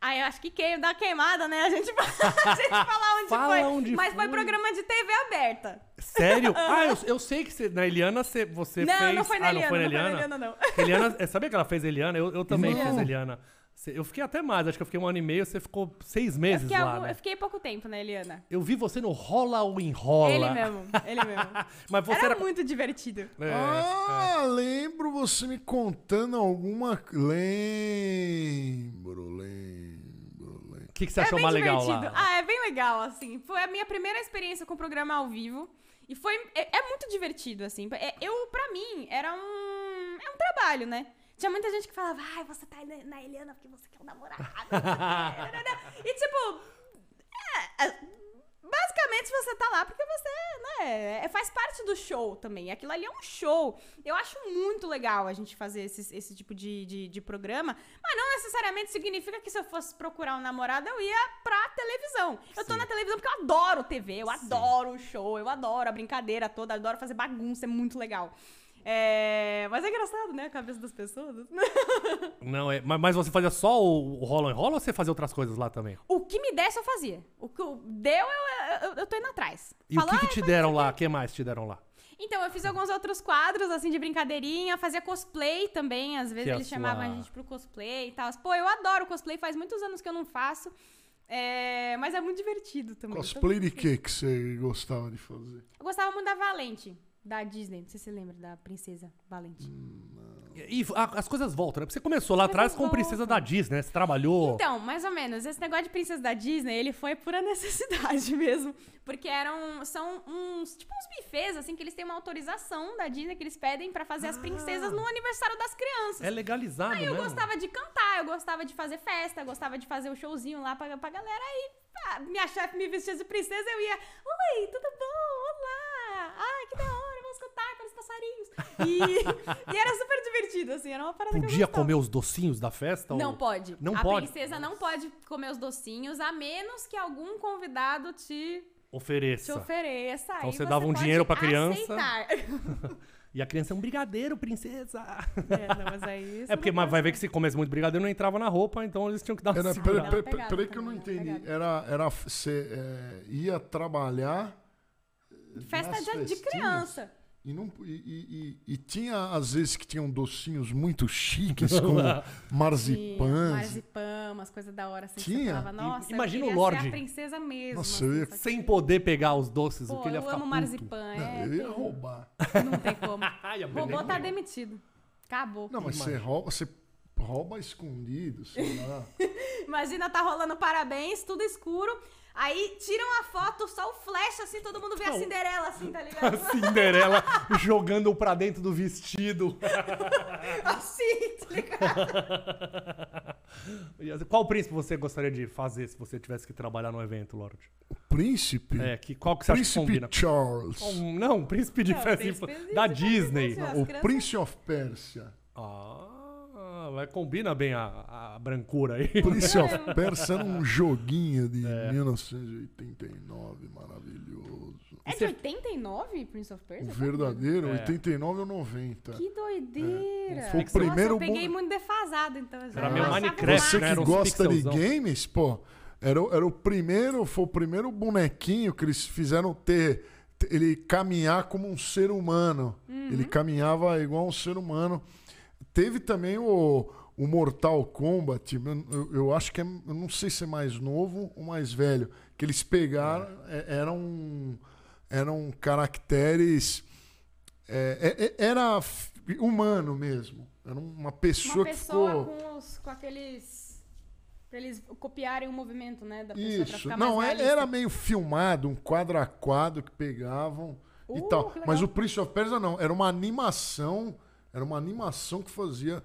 Speaker 3: Aí eu acho que queima, dá uma queimada, né? A gente, fala- a gente fala onde
Speaker 2: Fala
Speaker 3: foi.
Speaker 2: onde
Speaker 3: mas foi
Speaker 2: foi.
Speaker 3: programa de TV aberta.
Speaker 2: Sério? Ah, eu, eu sei que você- na Eliana você, você
Speaker 3: não,
Speaker 2: fez.
Speaker 3: não foi na
Speaker 2: ah,
Speaker 3: Eliana,
Speaker 2: não foi na Eliana.
Speaker 3: não.
Speaker 2: Eliana, é, sabia que ela fez Eliana? Eu, eu também
Speaker 1: Não.
Speaker 2: fiz Eliana. Cê- Eu fiquei até mais, acho que eu fiquei um ano e meio, você ficou seis
Speaker 3: Eu
Speaker 2: meses
Speaker 3: fiquei,
Speaker 2: lá,
Speaker 3: algum-
Speaker 2: né?
Speaker 3: eu fiquei pouco tempo na Eliana.
Speaker 2: Eu vi você no Rola ou Enrola.
Speaker 3: Ele mesmo, ele mesmo.
Speaker 2: Mas você
Speaker 3: era,
Speaker 2: era...
Speaker 3: muito divertido.
Speaker 2: É,
Speaker 1: ah, lembro você me contando alguma. Lembro, lembro, lembro.
Speaker 2: O que, que você achou
Speaker 3: é bem
Speaker 2: mais legal lá?
Speaker 3: divertido. Ah, é bem legal, assim. Foi a minha primeira experiência com o programa ao vivo. E foi. É, é muito divertido, assim. É, eu, pra mim, era um. É um trabalho, né? Tinha muita gente que falava, ai, você tá na na Eliana porque você quer um namorado. não sei o quê." e tipo, é, é, basicamente você tá lá porque você, né, é- faz parte do show também. Aquilo ali é um show. Eu acho muito legal a gente fazer esses- esse tipo de, de, de programa, mas não necessariamente significa que se eu fosse procurar um namorado, eu ia pra televisão. Eu tô
Speaker 2: Sim.
Speaker 3: na televisão porque eu adoro TV, eu adoro o show, eu adoro a brincadeira toda, adoro fazer bagunça, é muito legal. É, Mas é engraçado, né? A cabeça das pessoas.
Speaker 2: Não, é. Mas, mas você fazia só o, o roll and roll ou você fazia outras coisas lá também?
Speaker 3: O que me desse, eu fazia. O que eu- deu, eu, eu, eu tô indo atrás.
Speaker 2: E o
Speaker 3: Falou,
Speaker 2: que, que
Speaker 3: "Ai,
Speaker 2: te deram lá? O que mais te deram lá?
Speaker 3: Então, eu fiz alguns outros quadros, assim, de brincadeirinha, fazia cosplay também, às vezes
Speaker 2: Que é a
Speaker 3: eles chamavam
Speaker 2: sua-
Speaker 3: a gente pro cosplay e tal. Pô, eu adoro cosplay, faz muitos anos que eu não faço, é, mas é muito divertido também. Então,
Speaker 1: Cosplay de que que você gostava de fazer?
Speaker 3: Eu gostava muito da Valente, da Disney, não sei se você lembra da Princesa Valente.
Speaker 2: E, e a- as coisas voltam, né? Porque você começou lá
Speaker 3: As
Speaker 2: atrás
Speaker 3: coisas
Speaker 2: com Princesa da Disney, né? Você trabalhou.
Speaker 3: Então, mais ou menos, esse negócio de princesa da Disney, ele foi pura necessidade mesmo. Porque eram. São uns. Tipo uns bufês, assim, que eles têm uma autorização da Disney que eles pedem pra fazer as princesas
Speaker 2: Ah.
Speaker 3: no aniversário das crianças.
Speaker 2: é legalizado,
Speaker 3: Aí Ah, eu
Speaker 2: né?
Speaker 3: gostava de cantar, eu gostava de fazer festa, eu gostava de fazer o showzinho lá pra, pra galera. Aí pá, minha chefe me vestia de princesa, eu ia, oi, tudo bom? Olá! Ai, que da hora, vamos cantar para os passarinhos. E, e era super divertido, assim, era uma parada que eu
Speaker 2: Podia
Speaker 3: gostava.
Speaker 2: comer os docinhos da festa?
Speaker 3: Não
Speaker 2: ou-
Speaker 3: pode.
Speaker 2: Não
Speaker 3: a
Speaker 2: pode?
Speaker 3: princesa não pode comer os docinhos, a menos que algum convidado te, te
Speaker 2: Ofereça.
Speaker 3: ofereça.
Speaker 2: Então
Speaker 3: Aí
Speaker 2: você dava um
Speaker 3: pode
Speaker 2: dinheiro pra criança.
Speaker 3: Aceitar.
Speaker 2: E a criança é um brigadeiro, princesa.
Speaker 3: é, não, mas aí isso
Speaker 2: É porque
Speaker 3: não
Speaker 2: mas
Speaker 3: pode
Speaker 2: vai
Speaker 3: ser.
Speaker 2: ver que se comesse muito brigadeiro, não entrava na roupa, então eles tinham que dar uma
Speaker 1: Era,
Speaker 2: segurada.
Speaker 1: peraí, peraí,
Speaker 3: Não, pegado
Speaker 1: peraí que eu não
Speaker 3: também, não,
Speaker 1: entendi.
Speaker 3: pegado.
Speaker 1: Era, era você é, ia trabalhar
Speaker 3: Festa
Speaker 1: nas
Speaker 3: de, de
Speaker 1: festinhas?
Speaker 3: criança.
Speaker 1: E, não, e, e- e- e tinha, às vezes, que tinham docinhos muito chiques, como marzipãs.
Speaker 3: Marzipã, umas coisas da hora assim. que
Speaker 1: Tinha?
Speaker 3: você falava, nossa, eu
Speaker 2: imagina o
Speaker 3: queria
Speaker 2: Lorde.
Speaker 3: Ser a princesa mesmo.
Speaker 1: Nossa, eu ia-
Speaker 3: só que-
Speaker 2: Sem poder pegar os doces, o
Speaker 3: Pô,
Speaker 2: que ele ia
Speaker 3: eu
Speaker 2: ficar
Speaker 3: amo
Speaker 2: puto.
Speaker 3: marzipã.
Speaker 1: Não,
Speaker 3: É,
Speaker 1: eu ia
Speaker 3: tem-
Speaker 1: roubar.
Speaker 3: não tem como.
Speaker 2: Ai, a
Speaker 3: Robô
Speaker 2: Belém.
Speaker 3: tá demitido. Acabou.
Speaker 1: Não, mas você rouba, você rouba escondido, sei lá.
Speaker 3: Imagina, tá rolando parabéns, tudo escuro. Aí tiram a foto, só o flash, assim, todo mundo vê a
Speaker 2: Não.
Speaker 3: Cinderela, assim, tá
Speaker 2: A
Speaker 3: ligado?
Speaker 2: Cinderela jogando pra dentro do vestido.
Speaker 3: assim, tá ligado?
Speaker 2: assim, Qual príncipe você gostaria de fazer se você tivesse que trabalhar no evento, Lorde?
Speaker 1: Príncipe?
Speaker 2: É, que, qual que você acha que
Speaker 1: Príncipe
Speaker 2: combina?
Speaker 1: Charles.
Speaker 2: Um- Não, príncipe de
Speaker 3: Não,
Speaker 2: festa
Speaker 3: É, príncipe
Speaker 2: infantil,
Speaker 3: de- é
Speaker 2: da
Speaker 3: de-
Speaker 2: Disney.
Speaker 3: de- de-
Speaker 1: O
Speaker 3: crianças-
Speaker 1: Prince of Persia.
Speaker 2: Ah, vai- combina bem a, a brancura aí.
Speaker 1: Prince of Persia era um joguinho de
Speaker 2: É.
Speaker 1: 1989 maravilhoso.
Speaker 3: É de 89, Prince of
Speaker 1: O
Speaker 3: Persia?
Speaker 1: verdadeiro,
Speaker 2: É.
Speaker 1: 89 ou 90.
Speaker 3: Que doideira.
Speaker 1: Foi o
Speaker 3: Nossa,
Speaker 1: primeiro
Speaker 3: eu peguei
Speaker 1: bom-
Speaker 3: muito defasado, então. eu já
Speaker 2: Era meio
Speaker 3: achava
Speaker 2: Minecraft,
Speaker 1: É. Você
Speaker 3: massa.
Speaker 2: né?
Speaker 1: que
Speaker 2: Era uns
Speaker 1: gosta de
Speaker 2: pixelzão.
Speaker 1: games, pô, era, o- era o primeiro, foi o primeiro bonequinho que eles fizeram ter, ter- ele caminhar como um ser humano.
Speaker 3: Uhum.
Speaker 1: Ele caminhava igual um ser humano. Teve também o, o Mortal Kombat, eu, eu- eu acho que é, eu não sei se é mais novo ou mais velho, que eles pegaram, é, eram, eram um caracteres, é, é- é- era f- humano mesmo. Era uma pessoa,
Speaker 3: Uma
Speaker 1: que ficou...
Speaker 3: pessoa com, os, com aqueles. Pra eles copiarem o movimento, né? Da pessoa pra
Speaker 1: Isso.
Speaker 3: ficar
Speaker 1: Não, é-
Speaker 3: mais
Speaker 1: era
Speaker 3: realista.
Speaker 1: meio filmado, um quadro a quadro que pegavam e
Speaker 3: Uh,
Speaker 1: tal.
Speaker 3: que legal.
Speaker 1: Mas o Prince of Persia não, era uma animação, era uma animação que fazia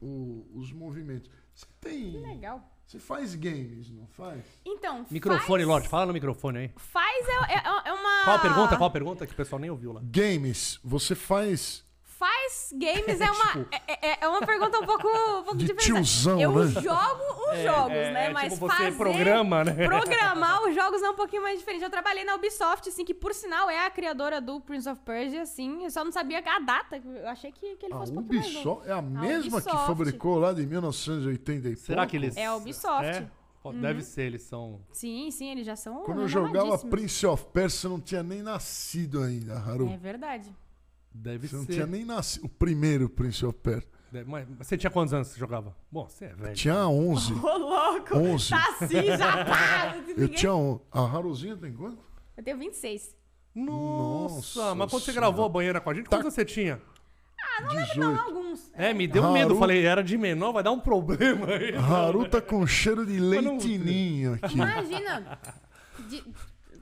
Speaker 1: o- os movimentos. Você tem,
Speaker 3: Legal.
Speaker 1: você faz games, não faz?
Speaker 3: Então.
Speaker 2: Microfone,
Speaker 3: faz,
Speaker 2: Lorde, fala no microfone aí.
Speaker 3: Faz é, é- é uma.
Speaker 2: Qual a pergunta? Qual a pergunta que o pessoal nem ouviu lá?
Speaker 1: Games, você faz
Speaker 3: Faz games é uma.
Speaker 2: Tipo-
Speaker 3: é, é- é uma pergunta um pouco, um pouco
Speaker 1: De
Speaker 3: diferente.
Speaker 1: tiozão,
Speaker 3: Eu
Speaker 1: né?
Speaker 3: jogo os jogos, né? Mas
Speaker 2: É, tipo, você
Speaker 3: fazer.
Speaker 2: programa, né?
Speaker 3: Programar os jogos é um pouquinho mais diferente. Eu trabalhei na Ubisoft, assim, que por sinal é a criadora do Prince of Persia, assim. Eu só não sabia a data. Eu achei que, que ele
Speaker 1: a
Speaker 3: fosse um pouquinho mais novo.
Speaker 1: Ubisoft, é a mesma que
Speaker 3: Ubisoft.
Speaker 1: fabricou lá de 1980 e
Speaker 2: Será
Speaker 1: pouco?
Speaker 2: que eles...
Speaker 3: É a Ubisoft. Uhum.
Speaker 2: É? Pô, Deve ser, eles são...
Speaker 3: Sim, sim, eles já são. né?
Speaker 1: Quando eu jogava
Speaker 3: renovadíssimos.
Speaker 1: Prince of Persia, eu não tinha nem nascido ainda, Haru.
Speaker 3: É verdade.
Speaker 2: Deve
Speaker 1: Você não
Speaker 2: ser.
Speaker 1: tinha nem nascido. O primeiro Prince of Persia.
Speaker 2: Deve- mas você tinha quantos anos que você jogava? Bom, você é velho.
Speaker 1: Tinha 11.
Speaker 3: Ô, louco!
Speaker 1: 11.
Speaker 3: Tá assim, já tá!
Speaker 1: Eu
Speaker 3: Ninguém-
Speaker 1: tinha um. A Haruzinha tem quanto?
Speaker 3: Eu tenho 26.
Speaker 2: Nossa,
Speaker 1: Nossa
Speaker 2: mas quando você
Speaker 1: senhora. Tá.
Speaker 2: gravou a banheira com a gente, quantos você tinha?
Speaker 1: 18.
Speaker 3: Ah, Não, alguns.
Speaker 2: É, me deu
Speaker 1: Haru.
Speaker 2: medo. Falei, era de menor, vai dar um problema aí.
Speaker 1: Haru tá com cheiro de
Speaker 2: não-
Speaker 1: leitinho aqui.
Speaker 3: Imagina! De-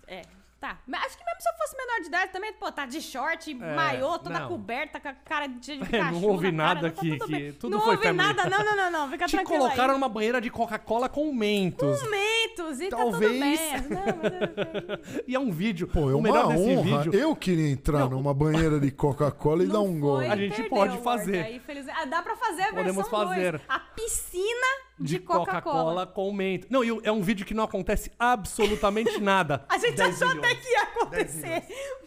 Speaker 3: É, tá. Mas Acho que mesmo se eu fosse menor de idade também, pô, tá de short, maiô, toda
Speaker 2: É, não. É,
Speaker 3: coberta, com a cara de
Speaker 2: não
Speaker 3: Pikachu na cara,
Speaker 2: houve nada
Speaker 3: tá
Speaker 2: que-
Speaker 3: tudo
Speaker 2: que-
Speaker 3: bem.
Speaker 2: tudo
Speaker 3: Não
Speaker 2: foi
Speaker 3: houve
Speaker 2: family.
Speaker 3: nada, não, não, não, não, fica
Speaker 2: Te
Speaker 3: tranquilo aí.
Speaker 2: colocaram numa banheira de Coca-Cola com mentos.
Speaker 3: Momentos, e
Speaker 2: Talvez.
Speaker 3: tá tudo bem. Não, mas eu-
Speaker 2: E é um vídeo.
Speaker 1: Pô, é
Speaker 2: o
Speaker 1: uma
Speaker 2: melhor desse
Speaker 1: honra.
Speaker 2: vídeo.
Speaker 1: Eu queria entrar numa banheira de Coca-Cola e dar um
Speaker 3: Não
Speaker 1: gol.
Speaker 3: foi,
Speaker 2: A gente
Speaker 3: perdeu,
Speaker 2: pode
Speaker 3: Lorca,
Speaker 2: fazer.
Speaker 3: infelizmente. Ah, dá pra fazer a
Speaker 2: Podemos
Speaker 3: versão
Speaker 2: fazer.
Speaker 3: dois, A piscina de,
Speaker 2: de Coca-Cola com mento. Não, e o- é um vídeo que não acontece absolutamente nada.
Speaker 3: A gente
Speaker 2: 10
Speaker 3: achou até
Speaker 2: milhões.
Speaker 3: que ia acontecer.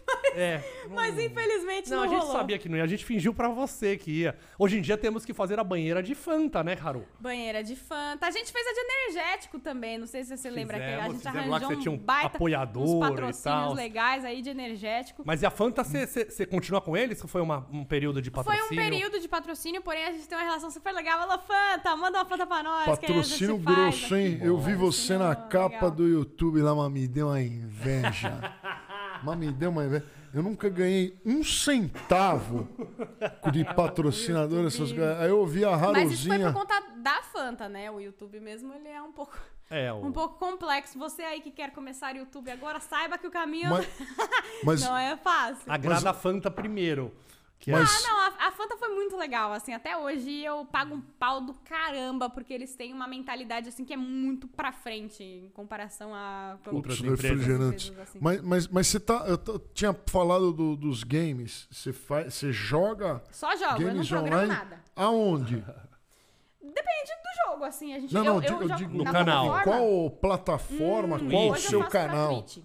Speaker 3: Mas,
Speaker 2: É.
Speaker 3: mas infelizmente não,
Speaker 2: Não, a gente
Speaker 3: rolou.
Speaker 2: sabia que não ia. A gente fingiu pra você que ia. Hoje em dia temos que fazer a banheira de Fanta, né, Haru?
Speaker 3: Banheira de Fanta. A gente fez a de energético também. Não sei se você lembra que a
Speaker 2: Fizemos,
Speaker 3: gente
Speaker 2: fizemos lá que
Speaker 3: arranjou
Speaker 2: você tinha um
Speaker 3: baita
Speaker 2: apoiador
Speaker 3: uns
Speaker 2: e
Speaker 3: patrocínios
Speaker 2: tal.
Speaker 3: legais aí de energético.
Speaker 2: Mas e a Fanta, você continua com eles? Ou Foi uma- um período de
Speaker 3: Foi
Speaker 2: patrocínio?
Speaker 3: um período de patrocínio, porém a gente tem uma relação super legal. Alô, Fanta, manda uma Fanta pra nós. que a gente
Speaker 1: Patrocínio
Speaker 3: faz
Speaker 1: grosso, hein?
Speaker 3: aqui.
Speaker 1: Eu vi você na
Speaker 3: Legal.
Speaker 1: capa do YouTube lá, mas me deu uma inveja. mas me deu uma inveja. Eu nunca ganhei um centavo de patrocinador, essas coisas. Aí eu vi a
Speaker 3: Mas isso foi por
Speaker 1: Rarozinha.
Speaker 3: conta da Fanta, né? O YouTube mesmo, ele é um pouco,
Speaker 2: É, o...
Speaker 3: um pouco complexo. Você aí que quer começar o YouTube agora, saiba que o caminho
Speaker 1: Mas, mas
Speaker 3: não é fácil.
Speaker 2: agrada a Fanta primeiro. Que é-
Speaker 1: Mas-
Speaker 3: Ah, não, a, a Fanta foi muito legal, assim, até hoje eu pago um pau do caramba, porque eles têm uma mentalidade, assim, que é muito pra frente, em comparação a...
Speaker 2: Outras
Speaker 1: outros
Speaker 2: empresas.
Speaker 1: refrigerantes.
Speaker 3: Empresas assim.
Speaker 1: Mas, mas, mas você tá. Eu tô- tinha falado do- dos games. Você faz, você joga
Speaker 3: Só jogo, eu não
Speaker 1: games
Speaker 3: programo
Speaker 1: online?
Speaker 3: nada.
Speaker 1: Aonde?
Speaker 3: Depende do jogo, assim, a gente...
Speaker 1: Não,
Speaker 3: eu,
Speaker 1: não,
Speaker 3: eu
Speaker 1: digo- eu
Speaker 3: jogo
Speaker 1: digo
Speaker 2: no
Speaker 3: na
Speaker 2: canal.
Speaker 3: plataforma.
Speaker 1: Qual plataforma?
Speaker 2: Hum,
Speaker 1: qual o
Speaker 3: Hoje eu
Speaker 1: seu
Speaker 3: faço pra
Speaker 1: canal?
Speaker 3: Twitch.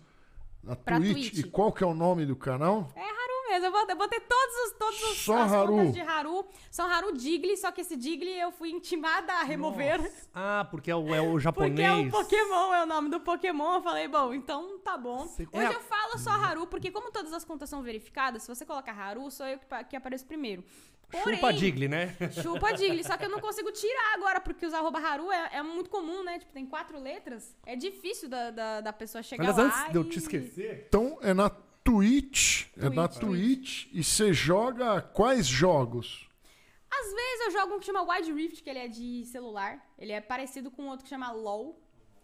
Speaker 1: Na
Speaker 3: Pra
Speaker 1: Twitch?
Speaker 3: Twitch.
Speaker 1: E qual que é o nome do canal?
Speaker 3: É Haru mesmo. Eu vou, eu vou ter todos os, todos os
Speaker 1: Só
Speaker 3: as
Speaker 1: Haru.
Speaker 3: contas de Haru. São Haru Digli, só que esse Digli eu fui intimada a remover. um
Speaker 2: Ah, porque é o, é o japonês.
Speaker 3: Porque é o Pokémon, é o nome do Pokémon. Eu falei, bom, então tá bom.
Speaker 2: Você-
Speaker 3: Hoje
Speaker 2: é.
Speaker 3: eu falo só Haru, porque como todas as contas são verificadas, se você colocar Haru, sou eu que, pa- que apareço primeiro. Porém,
Speaker 2: Chupa Digli, né?
Speaker 3: Chupa Digli, só que eu não consigo tirar agora, porque os arroba Haru é, é muito comum, né? Tipo, tem quatro letras. É difícil da, da, da pessoa chegar
Speaker 2: Mas
Speaker 3: lá
Speaker 2: antes de eu
Speaker 3: e-
Speaker 2: te esquecer,
Speaker 1: Então é na Twitch, é na
Speaker 3: Twitch.
Speaker 1: Twitch e você joga quais jogos?
Speaker 3: Às vezes eu jogo um que chama Wide Rift, que ele é de celular. Ele é parecido com outro que chama LoL,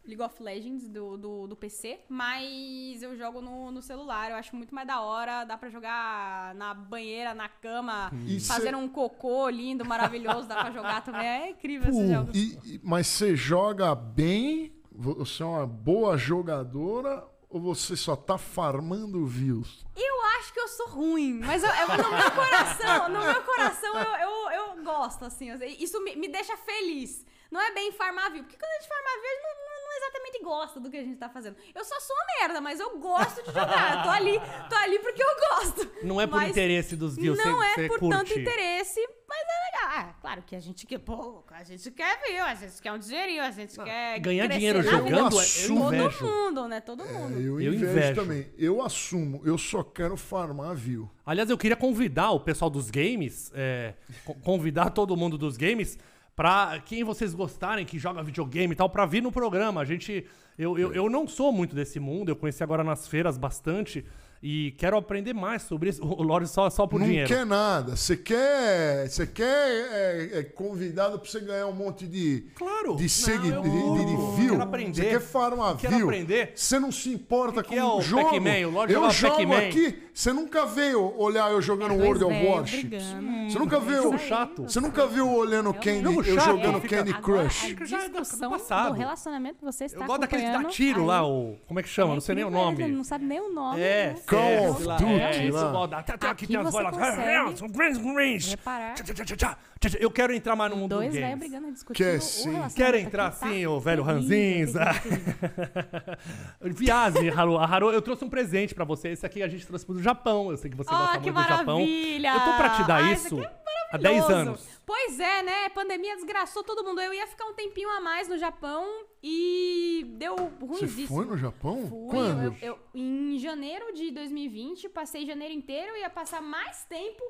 Speaker 3: League of Legends, do, do, do PC. Mas eu jogo no, no celular, eu acho muito mais da hora. Dá pra jogar na banheira, na cama,
Speaker 1: E
Speaker 3: fazer
Speaker 1: cê-
Speaker 3: um cocô lindo, maravilhoso. Dá pra jogar também. É incrível esse jogo.
Speaker 1: Pô, e- e- mas você joga bem? Você é uma boa jogadora ou você só tá farmando views?
Speaker 3: Eu acho que eu sou ruim, mas eu- eu- no meu coração, no meu coração eu, eu, eu gosto, assim. eu sei- Isso me, me deixa feliz. Não é bem farmar view, porque quando a gente farmar view, a gente não, não- não exatamente gosta do que a gente tá fazendo. Eu só sou uma merda, mas eu gosto de jogar. Eu tô ali, tô ali porque eu gosto.
Speaker 2: não é por
Speaker 3: Mas
Speaker 2: interesse dos views,
Speaker 3: Não
Speaker 2: cê-
Speaker 3: é
Speaker 2: cê
Speaker 3: por
Speaker 2: curte.
Speaker 3: tanto interesse, mas é legal. Ah, claro que a gente quer pouco, a gente quer view, a gente quer um dinheirinho, a gente quer.
Speaker 2: Ganhar
Speaker 3: crescer
Speaker 2: dinheiro
Speaker 3: na
Speaker 1: Eu
Speaker 2: jogando é
Speaker 1: assumo.
Speaker 2: eu
Speaker 3: vida.
Speaker 2: invejo.
Speaker 3: Todo mundo, né? Todo mundo.
Speaker 1: É, Eu,
Speaker 2: Eu
Speaker 1: invejo,
Speaker 2: invejo.
Speaker 1: também. Eu assumo, eu só quero farmar view.
Speaker 2: Aliás, eu queria convidar o pessoal dos games, é, co- convidar todo mundo dos games pra quem vocês gostarem que joga videogame e tal, pra vir no programa. A gente, eu, eu, eu não sou muito desse mundo, eu conheci agora nas feiras bastante e quero aprender mais sobre isso. O Lore só, só por
Speaker 1: Não
Speaker 2: dinheiro.
Speaker 1: quer nada. Você quer, você quer é, é, convidado pra você ganhar um monte de
Speaker 2: Claro.
Speaker 1: de seguidor, de,
Speaker 2: Não,
Speaker 1: de, de
Speaker 2: eu
Speaker 1: view.
Speaker 2: Quero aprender.
Speaker 1: Você quer farmar
Speaker 2: Quero
Speaker 1: view.
Speaker 2: aprender.
Speaker 1: Você não se importa
Speaker 2: que
Speaker 1: com
Speaker 2: é
Speaker 1: o
Speaker 2: o
Speaker 1: jogo.
Speaker 2: Pac-Man? O Lorde
Speaker 1: eu
Speaker 2: jogava
Speaker 1: jogo
Speaker 2: Pac-Man.
Speaker 1: aqui. Você nunca vê eu olhar eu jogando
Speaker 3: É, dois
Speaker 1: World of
Speaker 3: velhos
Speaker 1: Warships.
Speaker 3: brigando. É
Speaker 1: Você nunca vê eu.
Speaker 2: Jogo é chato.
Speaker 3: Tá
Speaker 1: Você nunca viu eu olhando Candy,
Speaker 3: Não,
Speaker 1: eu
Speaker 2: chato,
Speaker 1: jogando
Speaker 2: fica-
Speaker 1: Candy
Speaker 3: Agora,
Speaker 1: Crush.
Speaker 2: Acho que
Speaker 3: A
Speaker 2: já é do- do
Speaker 3: discussão
Speaker 2: passado.
Speaker 3: do relacionamento que você está
Speaker 2: Eu gosto daquele que dá
Speaker 3: acompanhando
Speaker 2: tiro
Speaker 3: aí.
Speaker 2: lá, o. Como é que chama?
Speaker 3: É
Speaker 2: não sei
Speaker 3: que
Speaker 2: nem o
Speaker 3: beleza, Ele
Speaker 2: nome.
Speaker 3: não sabe nem o nome.
Speaker 2: É,
Speaker 3: né?
Speaker 1: Call
Speaker 2: CS
Speaker 1: of
Speaker 2: lá,
Speaker 1: Duty
Speaker 2: é, isso,
Speaker 1: lá.
Speaker 2: ó, dá- tá- tá- aqui
Speaker 3: Aqui
Speaker 2: tem as
Speaker 3: você
Speaker 2: vozes lá.
Speaker 3: consegue
Speaker 2: São Grand Marines.
Speaker 3: reparar.
Speaker 2: Tchá, tchá, tchá, tchá, tchá, tchá. Eu quero entrar mais no mundo
Speaker 3: Dois
Speaker 2: do
Speaker 3: velhos
Speaker 2: games.
Speaker 3: brigando, discutindo
Speaker 1: Quer
Speaker 3: o
Speaker 1: é sim.
Speaker 3: relacionamento
Speaker 2: Quer
Speaker 3: aqui,
Speaker 2: entrar
Speaker 3: tá?
Speaker 2: sim, ô velho
Speaker 3: Terrível,
Speaker 2: ranzinza.
Speaker 3: terrível, terrível.
Speaker 2: Viagem, Haru. A Haru, eu trouxe um presente pra você. Esse aqui a gente trouxe do Japão. Eu sei que você gosta
Speaker 3: Ah, que
Speaker 2: muito do Japão.
Speaker 3: maravilha!
Speaker 2: Eu tô pra te dar
Speaker 3: Ah,
Speaker 2: isso
Speaker 3: aqui
Speaker 2: há 10
Speaker 3: maravilhoso.
Speaker 2: anos.
Speaker 3: Pois é, né? Pandemia desgraçou todo mundo. Eu ia ficar um tempinho a mais no Japão e deu
Speaker 1: Você
Speaker 3: ruimzíssimo.
Speaker 1: foi no Japão?
Speaker 3: Fui,
Speaker 1: Quando?
Speaker 3: Eu, eu- em janeiro de 2020, passei janeiro inteiro, ia passar mais tempo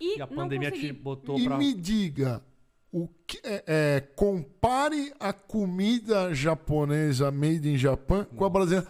Speaker 3: e,
Speaker 2: E a
Speaker 3: não
Speaker 2: pandemia
Speaker 3: consegui.
Speaker 2: te botou
Speaker 1: E
Speaker 2: pra.
Speaker 1: me diga, o que é, é, compare a comida japonesa made in Japan com a brasileira.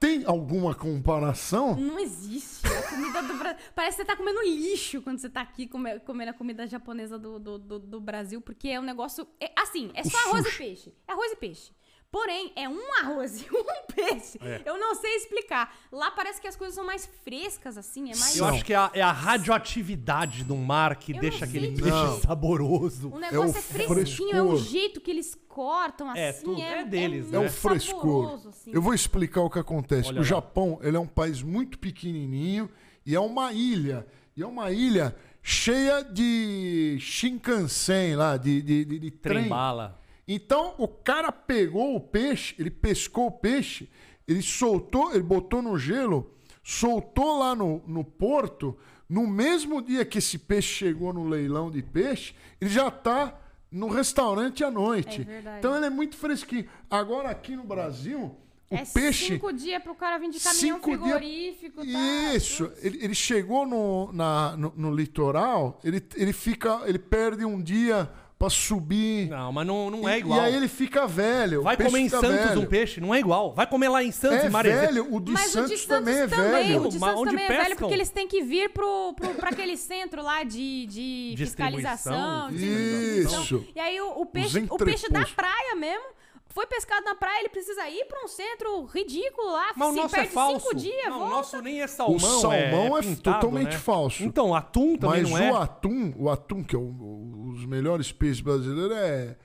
Speaker 1: Tem alguma comparação?
Speaker 3: Não existe. A comida do Brasil. Parece que você tá comendo lixo quando você tá aqui come- comendo a comida japonesa do, do, do- do Brasil, porque é um negócio. é- assim, é só
Speaker 1: O
Speaker 3: arroz e
Speaker 1: sushi.
Speaker 3: peixe. É arroz e peixe. Porém, é um arroz e um peixe.
Speaker 2: É.
Speaker 3: Eu não sei explicar. Lá parece que as coisas são mais frescas, assim. É mais.
Speaker 2: Eu acho que é a, é a radioatividade do mar que
Speaker 3: Eu
Speaker 2: deixa
Speaker 3: não
Speaker 2: aquele
Speaker 3: sei
Speaker 2: peixe
Speaker 1: dizer.
Speaker 2: saboroso.
Speaker 3: O negócio
Speaker 1: o
Speaker 3: é, fresquinho, é
Speaker 1: frescor.
Speaker 3: o jeito que eles cortam, assim.
Speaker 2: É, tudo é deles,
Speaker 1: É
Speaker 2: né?
Speaker 1: um
Speaker 3: muito
Speaker 1: frescor.
Speaker 3: saboroso, assim.
Speaker 1: Eu vou explicar o que acontece.
Speaker 2: Olha
Speaker 1: o
Speaker 2: lá.
Speaker 1: Japão, ele é um país muito pequenininho e é uma ilha. E é uma ilha cheia de Shinkansen lá, de, de, de, de trem.
Speaker 2: Trembala.
Speaker 1: Então, o cara pegou o peixe, ele pescou o peixe, ele soltou, ele botou no gelo, soltou lá no, no porto. No mesmo dia que esse peixe chegou no leilão de peixe, ele já tá no restaurante à noite.
Speaker 3: É verdade.
Speaker 1: então, ele é muito fresquinho. Agora, aqui no Brasil, o
Speaker 3: é
Speaker 1: peixe.
Speaker 3: cinco dias pro cara vir de caminhão
Speaker 1: cinco dias-
Speaker 3: frigorífico. tá?
Speaker 1: Isso, ele, ele chegou no, na- no, no litoral, ele, ele fica, ele perde um dia pra subir.
Speaker 2: Não, mas não, não é
Speaker 1: E-
Speaker 2: igual.
Speaker 1: E aí ele fica velho. o
Speaker 2: Vai
Speaker 1: peixe
Speaker 2: comer em
Speaker 1: fica
Speaker 2: Santos
Speaker 1: velho.
Speaker 2: um peixe, não é igual. Vai comer lá em Santos,
Speaker 1: É
Speaker 2: em Maresias.
Speaker 1: velho, o de
Speaker 3: Mas
Speaker 1: Santos
Speaker 3: o de Santos
Speaker 1: também é
Speaker 3: O
Speaker 1: velho.
Speaker 3: de
Speaker 2: Mas
Speaker 3: Santos
Speaker 2: onde
Speaker 3: também é velho
Speaker 2: pescam?
Speaker 3: porque eles têm que vir pro, pro, pra aquele centro lá de, de fiscalização. tipo,
Speaker 2: Distribuição.
Speaker 3: distribuição.
Speaker 1: Isso.
Speaker 3: E aí o, o peixe, o
Speaker 1: entrepostos.
Speaker 3: peixe da praia mesmo. Foi pescado na praia, ele precisa ir pra um centro ridículo lá.
Speaker 2: Mas o
Speaker 3: se
Speaker 2: nosso é
Speaker 3: perde
Speaker 2: falso.
Speaker 3: cinco dias,
Speaker 2: não, o
Speaker 3: volta.
Speaker 2: nosso nem é salmão.
Speaker 1: O salmão é
Speaker 2: pintado,
Speaker 1: totalmente
Speaker 2: né?
Speaker 1: falso.
Speaker 2: Então, atum também
Speaker 1: Mas
Speaker 2: não
Speaker 1: o
Speaker 2: é.
Speaker 1: atum, o atum, que é o- o- os melhores peixes brasileiros, é,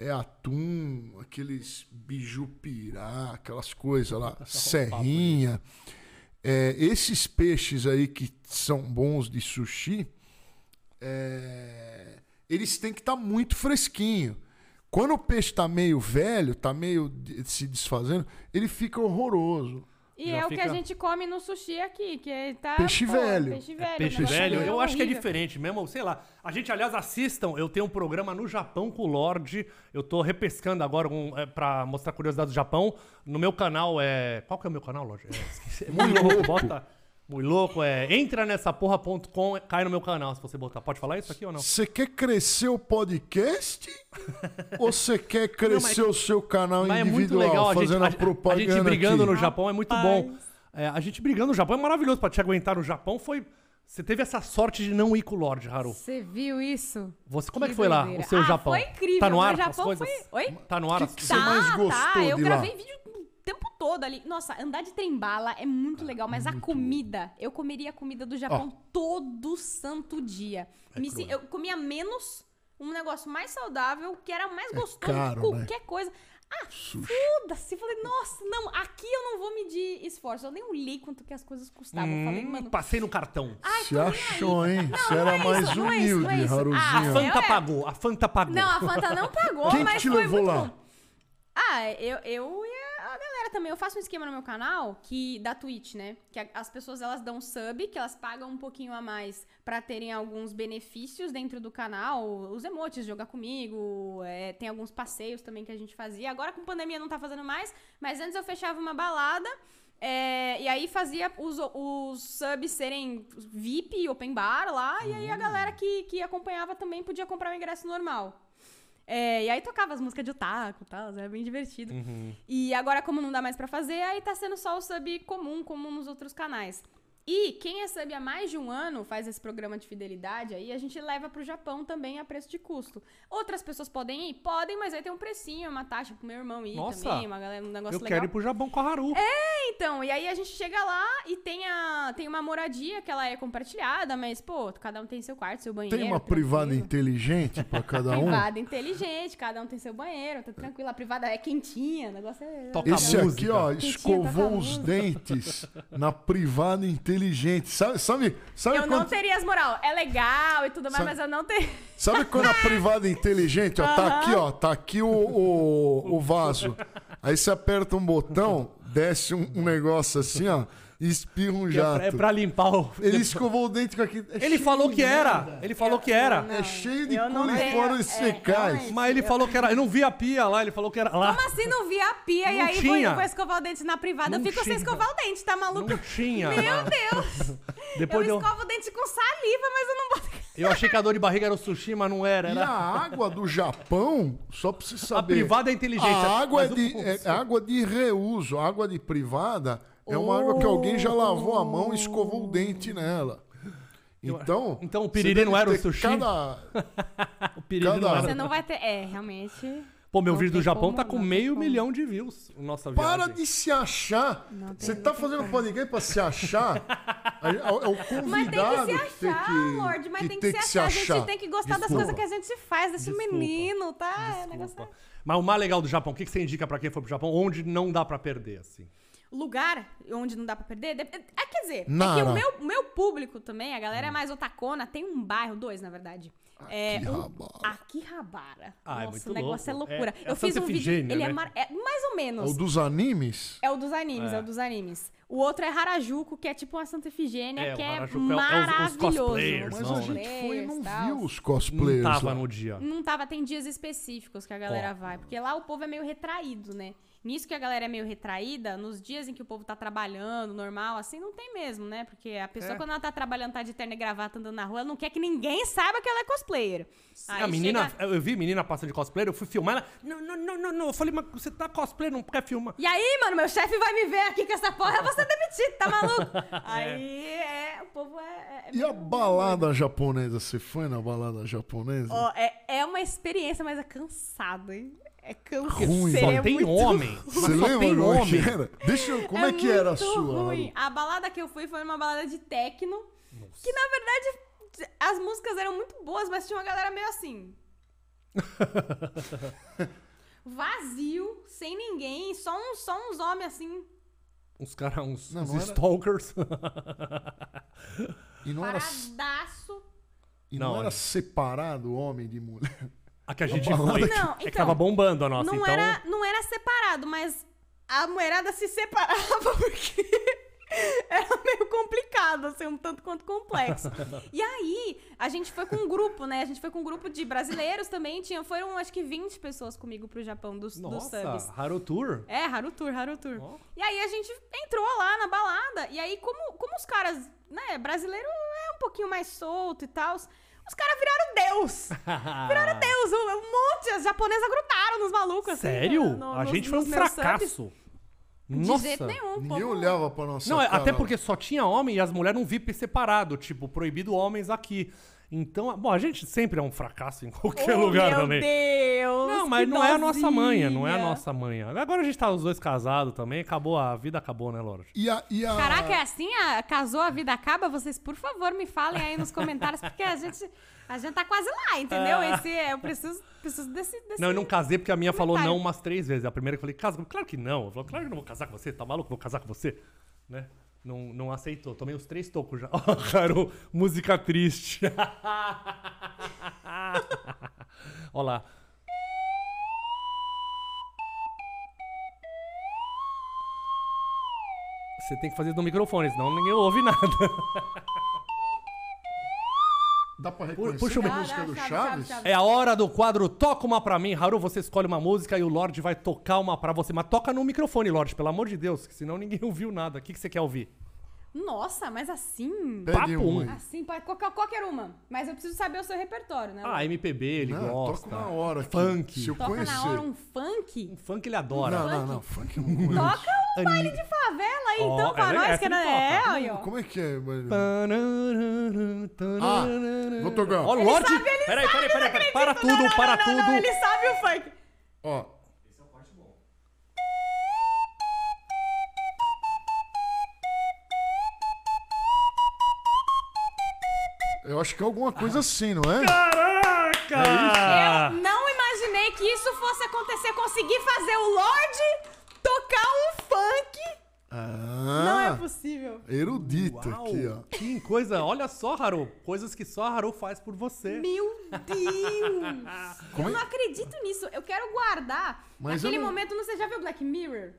Speaker 1: é atum, aqueles bijupirá, aquelas coisas lá, serrinha. É, esses peixes aí que são bons de sushi, é, eles têm que estar muito fresquinho. Quando o peixe está meio velho, está meio de- se desfazendo, ele fica horroroso.
Speaker 3: E
Speaker 2: Já
Speaker 3: é o que
Speaker 2: fica-
Speaker 3: a gente come no sushi aqui, que é, tá.
Speaker 1: Peixe velho.
Speaker 3: Peixe velho. um
Speaker 2: É Peixe
Speaker 3: negócio
Speaker 2: velho, eu acho que é
Speaker 3: horrível.
Speaker 2: diferente mesmo, sei lá. A gente, aliás, assistam, eu tenho um programa no Japão com o Lorde, eu tô repescando agora um, é, pra mostrar curiosidades do Japão, no meu canal é... Qual que é o meu canal, Lorde? É, esqueci. É muito louco, bota... Muito louco, é... Entra nessa porra.com, é, cai no meu canal, se você botar. Pode falar isso aqui ou não?
Speaker 1: Você quer crescer o podcast? ou você quer crescer o seu canal
Speaker 2: Mas é muito
Speaker 1: individual,
Speaker 2: legal a gente,
Speaker 1: fazendo
Speaker 2: a,
Speaker 1: a, propaganda
Speaker 2: a gente brigando
Speaker 1: aqui?
Speaker 2: no Japão, é muito bom. É, a gente brigando no Japão é maravilhoso, pra te aguentar no Japão foi... Você teve essa sorte de não ir com o Lorde, Haru.
Speaker 3: Você viu isso?
Speaker 2: Você, como é
Speaker 3: Que
Speaker 2: que foi lá,
Speaker 3: doideira.
Speaker 2: o seu
Speaker 3: Ah,
Speaker 2: Japão?
Speaker 3: Foi incrível.
Speaker 2: Tá no ar
Speaker 3: Meu
Speaker 2: as
Speaker 3: Japão
Speaker 2: coisas?
Speaker 3: foi. Oi?
Speaker 2: Tá no ar as
Speaker 1: Que- que
Speaker 2: coisas?
Speaker 1: você mais gostou
Speaker 3: eu
Speaker 1: de
Speaker 3: gravei
Speaker 1: lá?
Speaker 3: vídeo o tempo todo ali. Nossa, andar de trem-bala é muito legal, mas a comida, eu comeria a comida do Japão todo santo dia.
Speaker 1: É
Speaker 3: Me
Speaker 1: né?
Speaker 3: se- eu comia menos, um negócio mais saudável, que era mais gostoso
Speaker 1: caro,
Speaker 3: que
Speaker 1: né?
Speaker 3: qualquer coisa. Ah, foda-se. Eu Falei, nossa, não, aqui eu não vou medir esforço. Eu nem olhei quanto que as coisas custavam. Eu Falei,
Speaker 2: Hum,
Speaker 3: mano, Ah,
Speaker 2: passei no cartão.
Speaker 1: Se achou, hein? Você
Speaker 3: é não
Speaker 1: era
Speaker 3: é
Speaker 1: mais
Speaker 3: isso, não é isso, não é
Speaker 1: humilde,
Speaker 3: isso.
Speaker 2: A
Speaker 1: Haruzinho.
Speaker 2: Fanta
Speaker 3: eu é.
Speaker 2: pagou, a Fanta pagou.
Speaker 3: Não, a Fanta não pagou,
Speaker 1: Quem que
Speaker 3: mas
Speaker 1: te
Speaker 3: foi
Speaker 1: levou
Speaker 3: muito
Speaker 1: lá?
Speaker 3: bom. Ah, eu, eu e a a galera também. Eu faço um esquema no meu canal que da Twitch, né? Que a- as pessoas elas dão sub, que elas pagam um pouquinho a mais pra terem alguns benefícios dentro do canal, os emotes, jogar comigo, é, tem alguns passeios também que a gente fazia. Agora com pandemia não tá fazendo mais, mas antes eu fechava uma balada. é, e aí fazia os, os subs serem VIP, open bar lá, e aí a galera que, que acompanhava também podia comprar o ingresso normal. É, e aí tocava as músicas de otaku e tal, era bem divertido. E agora, como não dá mais pra fazer, aí tá sendo só o sub comum, como nos outros canais. E quem é sub há mais de um ano faz esse programa de fidelidade aí, a gente leva pro Japão também a preço de custo. Outras pessoas podem ir? Podem, mas aí tem um precinho, uma taxa pro meu irmão ir
Speaker 2: Nossa,
Speaker 3: também, uma galera, um negócio
Speaker 2: Eu
Speaker 3: legal.
Speaker 2: quero ir pro Japão com a Haru.
Speaker 3: Então, e aí a gente chega lá e tem, a, tem uma moradia que ela é compartilhada, mas, pô, cada um tem seu quarto, seu banheiro.
Speaker 1: Tem uma privada
Speaker 3: tranquilo.
Speaker 1: inteligente pra cada um?
Speaker 3: Privada inteligente, cada um tem seu banheiro, tá tranquilo. A privada é quentinha, o negócio é.
Speaker 2: Toca
Speaker 1: Esse
Speaker 2: Tá música.
Speaker 1: aqui, ó,
Speaker 3: Pitinho
Speaker 1: escovou
Speaker 3: toca
Speaker 1: os
Speaker 3: tá música.
Speaker 1: dentes na privada inteligente. Sabe, sabe, sabe
Speaker 3: Eu não
Speaker 1: quando,
Speaker 3: teria as moral. É legal e tudo mais,
Speaker 1: Sabe-
Speaker 3: mas eu não teria.
Speaker 1: Sabe quando a privada inteligente, ó, tá aqui, ó, tá aqui o, o, o vaso. Aí você aperta um botão, desce um, um negócio assim, ó, e espirra um
Speaker 2: É pra-
Speaker 1: jato.
Speaker 2: É pra limpar o...
Speaker 1: Ele escovou o dente com aqui. é
Speaker 2: Ele
Speaker 1: cheio
Speaker 2: falou
Speaker 1: de
Speaker 2: que
Speaker 1: merda.
Speaker 2: era, ele falou que era.
Speaker 1: É cheio de
Speaker 3: eu não tenho-
Speaker 1: coliformes
Speaker 3: é,
Speaker 1: secais.
Speaker 2: Mas ele falou que era, eu não vi a pia lá, ele falou que era lá.
Speaker 3: Como assim não vi a pia e
Speaker 2: Não
Speaker 3: aí
Speaker 2: tinha.
Speaker 3: vou, vou escovar o dente na
Speaker 2: Não
Speaker 3: privada? eu fico
Speaker 2: tinha.
Speaker 3: sem escovar o dente, tá maluco?
Speaker 2: Não tinha.
Speaker 3: Meu
Speaker 2: mas-
Speaker 3: Deus!
Speaker 2: Depois um
Speaker 3: eu
Speaker 2: eu,
Speaker 3: escovo o dente com saliva, mas eu não boto.
Speaker 2: eu achei que a dor de barriga era o sushi, mas não era.
Speaker 1: E
Speaker 2: era...
Speaker 1: a água do Japão, só pra você
Speaker 2: é, A
Speaker 1: saber.
Speaker 2: privada é um inteligente.
Speaker 1: A água é
Speaker 2: mas o-
Speaker 1: de, é- é água de reuso, a água de privada é uma água que alguém já lavou a mão e escovou o dente nela. Então,
Speaker 2: Então o
Speaker 1: você
Speaker 2: piriri
Speaker 1: deve
Speaker 2: não era o
Speaker 1: ter
Speaker 2: sushi?
Speaker 1: Cada,
Speaker 2: o piriri não
Speaker 1: cada-
Speaker 2: era.
Speaker 3: Você não vai ter. É, realmente.
Speaker 2: Pô, meu
Speaker 3: Não
Speaker 2: vídeo do
Speaker 3: tem
Speaker 2: Japão
Speaker 3: como,
Speaker 2: tá com
Speaker 3: não tem
Speaker 2: meio
Speaker 3: como.
Speaker 2: milhão de views. Nossa
Speaker 1: Para
Speaker 2: viagem.
Speaker 1: de se achar.
Speaker 3: Não tem
Speaker 1: Você tá
Speaker 3: muito
Speaker 1: fazendo
Speaker 3: como.
Speaker 1: podcast pra se achar? É é o convidado
Speaker 3: Mas tem que se
Speaker 1: tem
Speaker 3: achar,
Speaker 1: que-
Speaker 3: Lorde. Mas
Speaker 1: que
Speaker 3: tem que,
Speaker 1: tem
Speaker 3: se achar. A gente tem que gostar
Speaker 2: Desculpa.
Speaker 3: das coisas que a gente faz, desse
Speaker 2: Desculpa.
Speaker 3: menino, tá? É, negócio
Speaker 2: Desculpa.
Speaker 3: é-
Speaker 2: Mas o mais legal do Japão, o que que você indica pra quem for pro Japão? Onde não dá pra perder, assim?
Speaker 3: Lugar onde não dá pra perder. dep- É, quer dizer, é que
Speaker 1: Nara.
Speaker 3: o meu, meu público também, a galera é mais otacona, tem um bairro, dois, na verdade.
Speaker 1: Ah,
Speaker 3: É,
Speaker 1: Akihabara.
Speaker 3: Akihabara.
Speaker 2: Ah, é
Speaker 3: Nossa,
Speaker 2: muito
Speaker 3: o negócio
Speaker 2: louco.
Speaker 3: é loucura.
Speaker 2: É- é
Speaker 3: Eu fiz
Speaker 2: Santa
Speaker 3: um vídeo.
Speaker 2: Efigênia,
Speaker 3: Ele é,
Speaker 2: né?
Speaker 3: mar- é mais ou
Speaker 1: É
Speaker 3: menos.
Speaker 1: o dos animes?
Speaker 3: É o dos animes, é.
Speaker 2: É.
Speaker 3: o dos animes. O outro é Harajuku, que é tipo uma Santa Efigênia,
Speaker 2: É, o
Speaker 3: que é
Speaker 2: Harajuku é o- é os- os
Speaker 3: maravilhoso.
Speaker 2: cosplayers,
Speaker 1: Mas
Speaker 2: não,
Speaker 1: a
Speaker 2: né?
Speaker 1: gente foi e não
Speaker 3: Cosplayers, tal.
Speaker 1: viu os
Speaker 2: Não
Speaker 1: cosplayers.
Speaker 2: tava
Speaker 1: lá.
Speaker 2: no dia.
Speaker 3: Não tava, tem dias específicos que a galera vai, porque lá o povo é meio retraído, né? Nisso que a galera é meio retraída, nos dias em que o povo tá trabalhando, normal, assim, não tem mesmo, né? Porque a pessoa,
Speaker 2: É.
Speaker 3: quando ela tá trabalhando, tá de terno e gravata andando na rua, ela não quer que ninguém saiba que ela é cosplayer. Aí
Speaker 2: a menina,
Speaker 3: chega-
Speaker 2: eu vi menina passando de cosplay, eu fui filmar ela. Não, não, não, não, não. Eu falei, mas você tá cosplay, não quer filmar.
Speaker 3: E aí, mano, meu chefe vai me ver aqui com essa porra, eu vou ser demitido, tá maluco? Aí, é, o povo é... é
Speaker 1: E a balada japonesa? Você foi na balada japonesa?
Speaker 3: Ó, é, é uma experiência, mas é cansado, hein? É cansado.
Speaker 1: Ruim.
Speaker 2: Só
Speaker 1: É
Speaker 2: tem homem. Mas
Speaker 1: Você
Speaker 2: só
Speaker 1: lembra
Speaker 2: tem
Speaker 1: como é que
Speaker 2: homem.
Speaker 1: era? Deixa eu, como é, que era a
Speaker 3: muito
Speaker 1: sua? Malu?
Speaker 3: ruim. A balada que eu fui foi uma balada de techno, que na verdade as músicas eram muito boas, mas tinha uma galera meio assim. vazio, sem ninguém, só uns, só uns homens assim.
Speaker 2: Uns caras, uns,
Speaker 1: Não,
Speaker 2: uns
Speaker 1: não era-
Speaker 2: stalkers.
Speaker 1: E não era,
Speaker 3: Paradaço.
Speaker 1: e não
Speaker 2: Não,
Speaker 1: era
Speaker 2: olha.
Speaker 1: separado homem de mulher?
Speaker 2: A que a gente
Speaker 1: Uma
Speaker 2: foi.
Speaker 1: balada
Speaker 3: que- Não,
Speaker 2: é que
Speaker 3: então,
Speaker 2: tava bombando a nossa,
Speaker 3: não,
Speaker 2: então.
Speaker 3: era, não era separado, mas a mulherada se separava porque era meio complicado, assim, um tanto quanto complexo. e aí, a gente foi com um grupo, né? A gente foi com um grupo de brasileiros também. Tinha, foram, acho que, 20 pessoas comigo pro Japão dos, dos subs.
Speaker 2: Nossa, Haru Tour.
Speaker 3: É, Haru Tour, Haru Tour.
Speaker 2: Ó.
Speaker 3: E aí a gente entrou lá na balada. E aí, como, como os caras, né, brasileiro é um pouquinho mais solto e tal, os caras viraram Deus!
Speaker 2: Ah.
Speaker 3: Viraram Deus, um, um monte, as japonesas grudaram nos malucos. assim,
Speaker 2: Sério?
Speaker 3: no-
Speaker 2: a
Speaker 3: nos-
Speaker 2: gente foi um
Speaker 3: nos meus subs.
Speaker 2: fracasso.
Speaker 3: De
Speaker 2: Nossa.
Speaker 3: jeito nenhum,
Speaker 1: Ninguém
Speaker 3: povo.
Speaker 1: olhava pra nossa
Speaker 2: Não, é-
Speaker 1: cara.
Speaker 2: até porque só tinha homem e as mulheres um VIP separado, tipo, proibido homens aqui. Então, a- bom, a gente sempre é um fracasso em qualquer
Speaker 3: Oh,
Speaker 2: lugar
Speaker 3: meu
Speaker 2: também.
Speaker 3: Deus!
Speaker 2: Não,
Speaker 3: que
Speaker 2: mas não é a nossa manha, não é a
Speaker 3: dozinha.
Speaker 2: nossa manha. Agora a gente tá os dois casados também, acabou, a vida acabou, né, Lorde?
Speaker 1: E a, e a...
Speaker 3: Caraca, é assim? A, casou, a vida acaba? Vocês, por favor, me falem aí nos comentários, porque a gente, a gente tá quase lá, entendeu? Esse, é- eu preciso, preciso desse, desse...
Speaker 2: Ah. Não, eu não casei porque a minha falou
Speaker 3: Comentário.
Speaker 2: não umas três vezes. A primeira que eu falei, casa, comigo?" claro que não. Eu falei, claro que eu não vou casar com você, tá maluco? Vou casar com você, né? Não, não aceitou. Tomei os três tocos já. Ó, Haru, música triste. Olha lá. Você tem que fazer no microfone, senão ninguém ouve nada.
Speaker 1: Dá pra reconhecer
Speaker 2: puxa o-
Speaker 1: a
Speaker 3: Dá,
Speaker 1: música
Speaker 3: dá,
Speaker 1: do
Speaker 3: Chaves,
Speaker 1: Chaves?
Speaker 3: Chaves, Chaves.
Speaker 2: É a hora do quadro Toca uma pra mim. Haru, você escolhe uma música e o Lorde vai tocar uma pra você. Mas toca no microfone, Lorde, pelo amor de Deus, que senão ninguém ouviu nada. O que, que você quer ouvir?
Speaker 3: Nossa, mas assim...
Speaker 1: Pede
Speaker 2: Papo
Speaker 1: um.
Speaker 2: um.
Speaker 1: aí.
Speaker 3: Assim, pode- qualquer, qualquer uma. Mas eu preciso saber o seu repertório, né?
Speaker 2: Ah, MPB, ele
Speaker 1: Não,
Speaker 2: gosta.
Speaker 1: toca na hora. aqui.
Speaker 2: Funk.
Speaker 1: Se eu
Speaker 3: Toca
Speaker 1: conhecer.
Speaker 3: na hora um
Speaker 2: O
Speaker 3: funk?
Speaker 2: funk ele adora.
Speaker 1: Não, não, não. Funk é eu não conheço.
Speaker 3: Toca um
Speaker 2: Ani-
Speaker 3: baile de favela aí,
Speaker 2: Ó,
Speaker 3: então,
Speaker 2: é
Speaker 3: pra
Speaker 2: legal,
Speaker 3: nós,
Speaker 2: essa
Speaker 3: que não
Speaker 2: ele
Speaker 3: é,
Speaker 2: toca.
Speaker 3: olha, ó.
Speaker 1: Como é que é, mano?
Speaker 2: Ah,
Speaker 1: vou tocar.
Speaker 2: Ó,
Speaker 1: Ele
Speaker 2: Lorde.
Speaker 3: sabe, ele
Speaker 2: peraí,
Speaker 3: sabe,
Speaker 2: peraí, peraí, peraí.
Speaker 3: acredito,
Speaker 2: Para
Speaker 3: não,
Speaker 2: tudo,
Speaker 3: não, não,
Speaker 2: para
Speaker 3: não,
Speaker 2: tudo.
Speaker 3: não, ele sabe o funk.
Speaker 1: Ó. Eu acho que é alguma
Speaker 3: Ah.
Speaker 1: coisa assim, não é?
Speaker 2: Caraca!
Speaker 3: Não imaginei que isso fosse acontecer. Consegui fazer o Lorde tocar um funk.
Speaker 1: Ah,
Speaker 3: Não é possível.
Speaker 1: erudito
Speaker 2: Uau,
Speaker 1: Ah, aqui, ó.
Speaker 2: Que coisa, olha só, Haru. Coisas que só a Haru faz por você.
Speaker 3: Meu Deus!
Speaker 1: Como
Speaker 3: Eu
Speaker 1: é-
Speaker 3: não acredito nisso. Eu quero guardar.
Speaker 1: Mas
Speaker 3: Naquele
Speaker 1: eu não-
Speaker 3: momento, não- você já viu Black Mirror?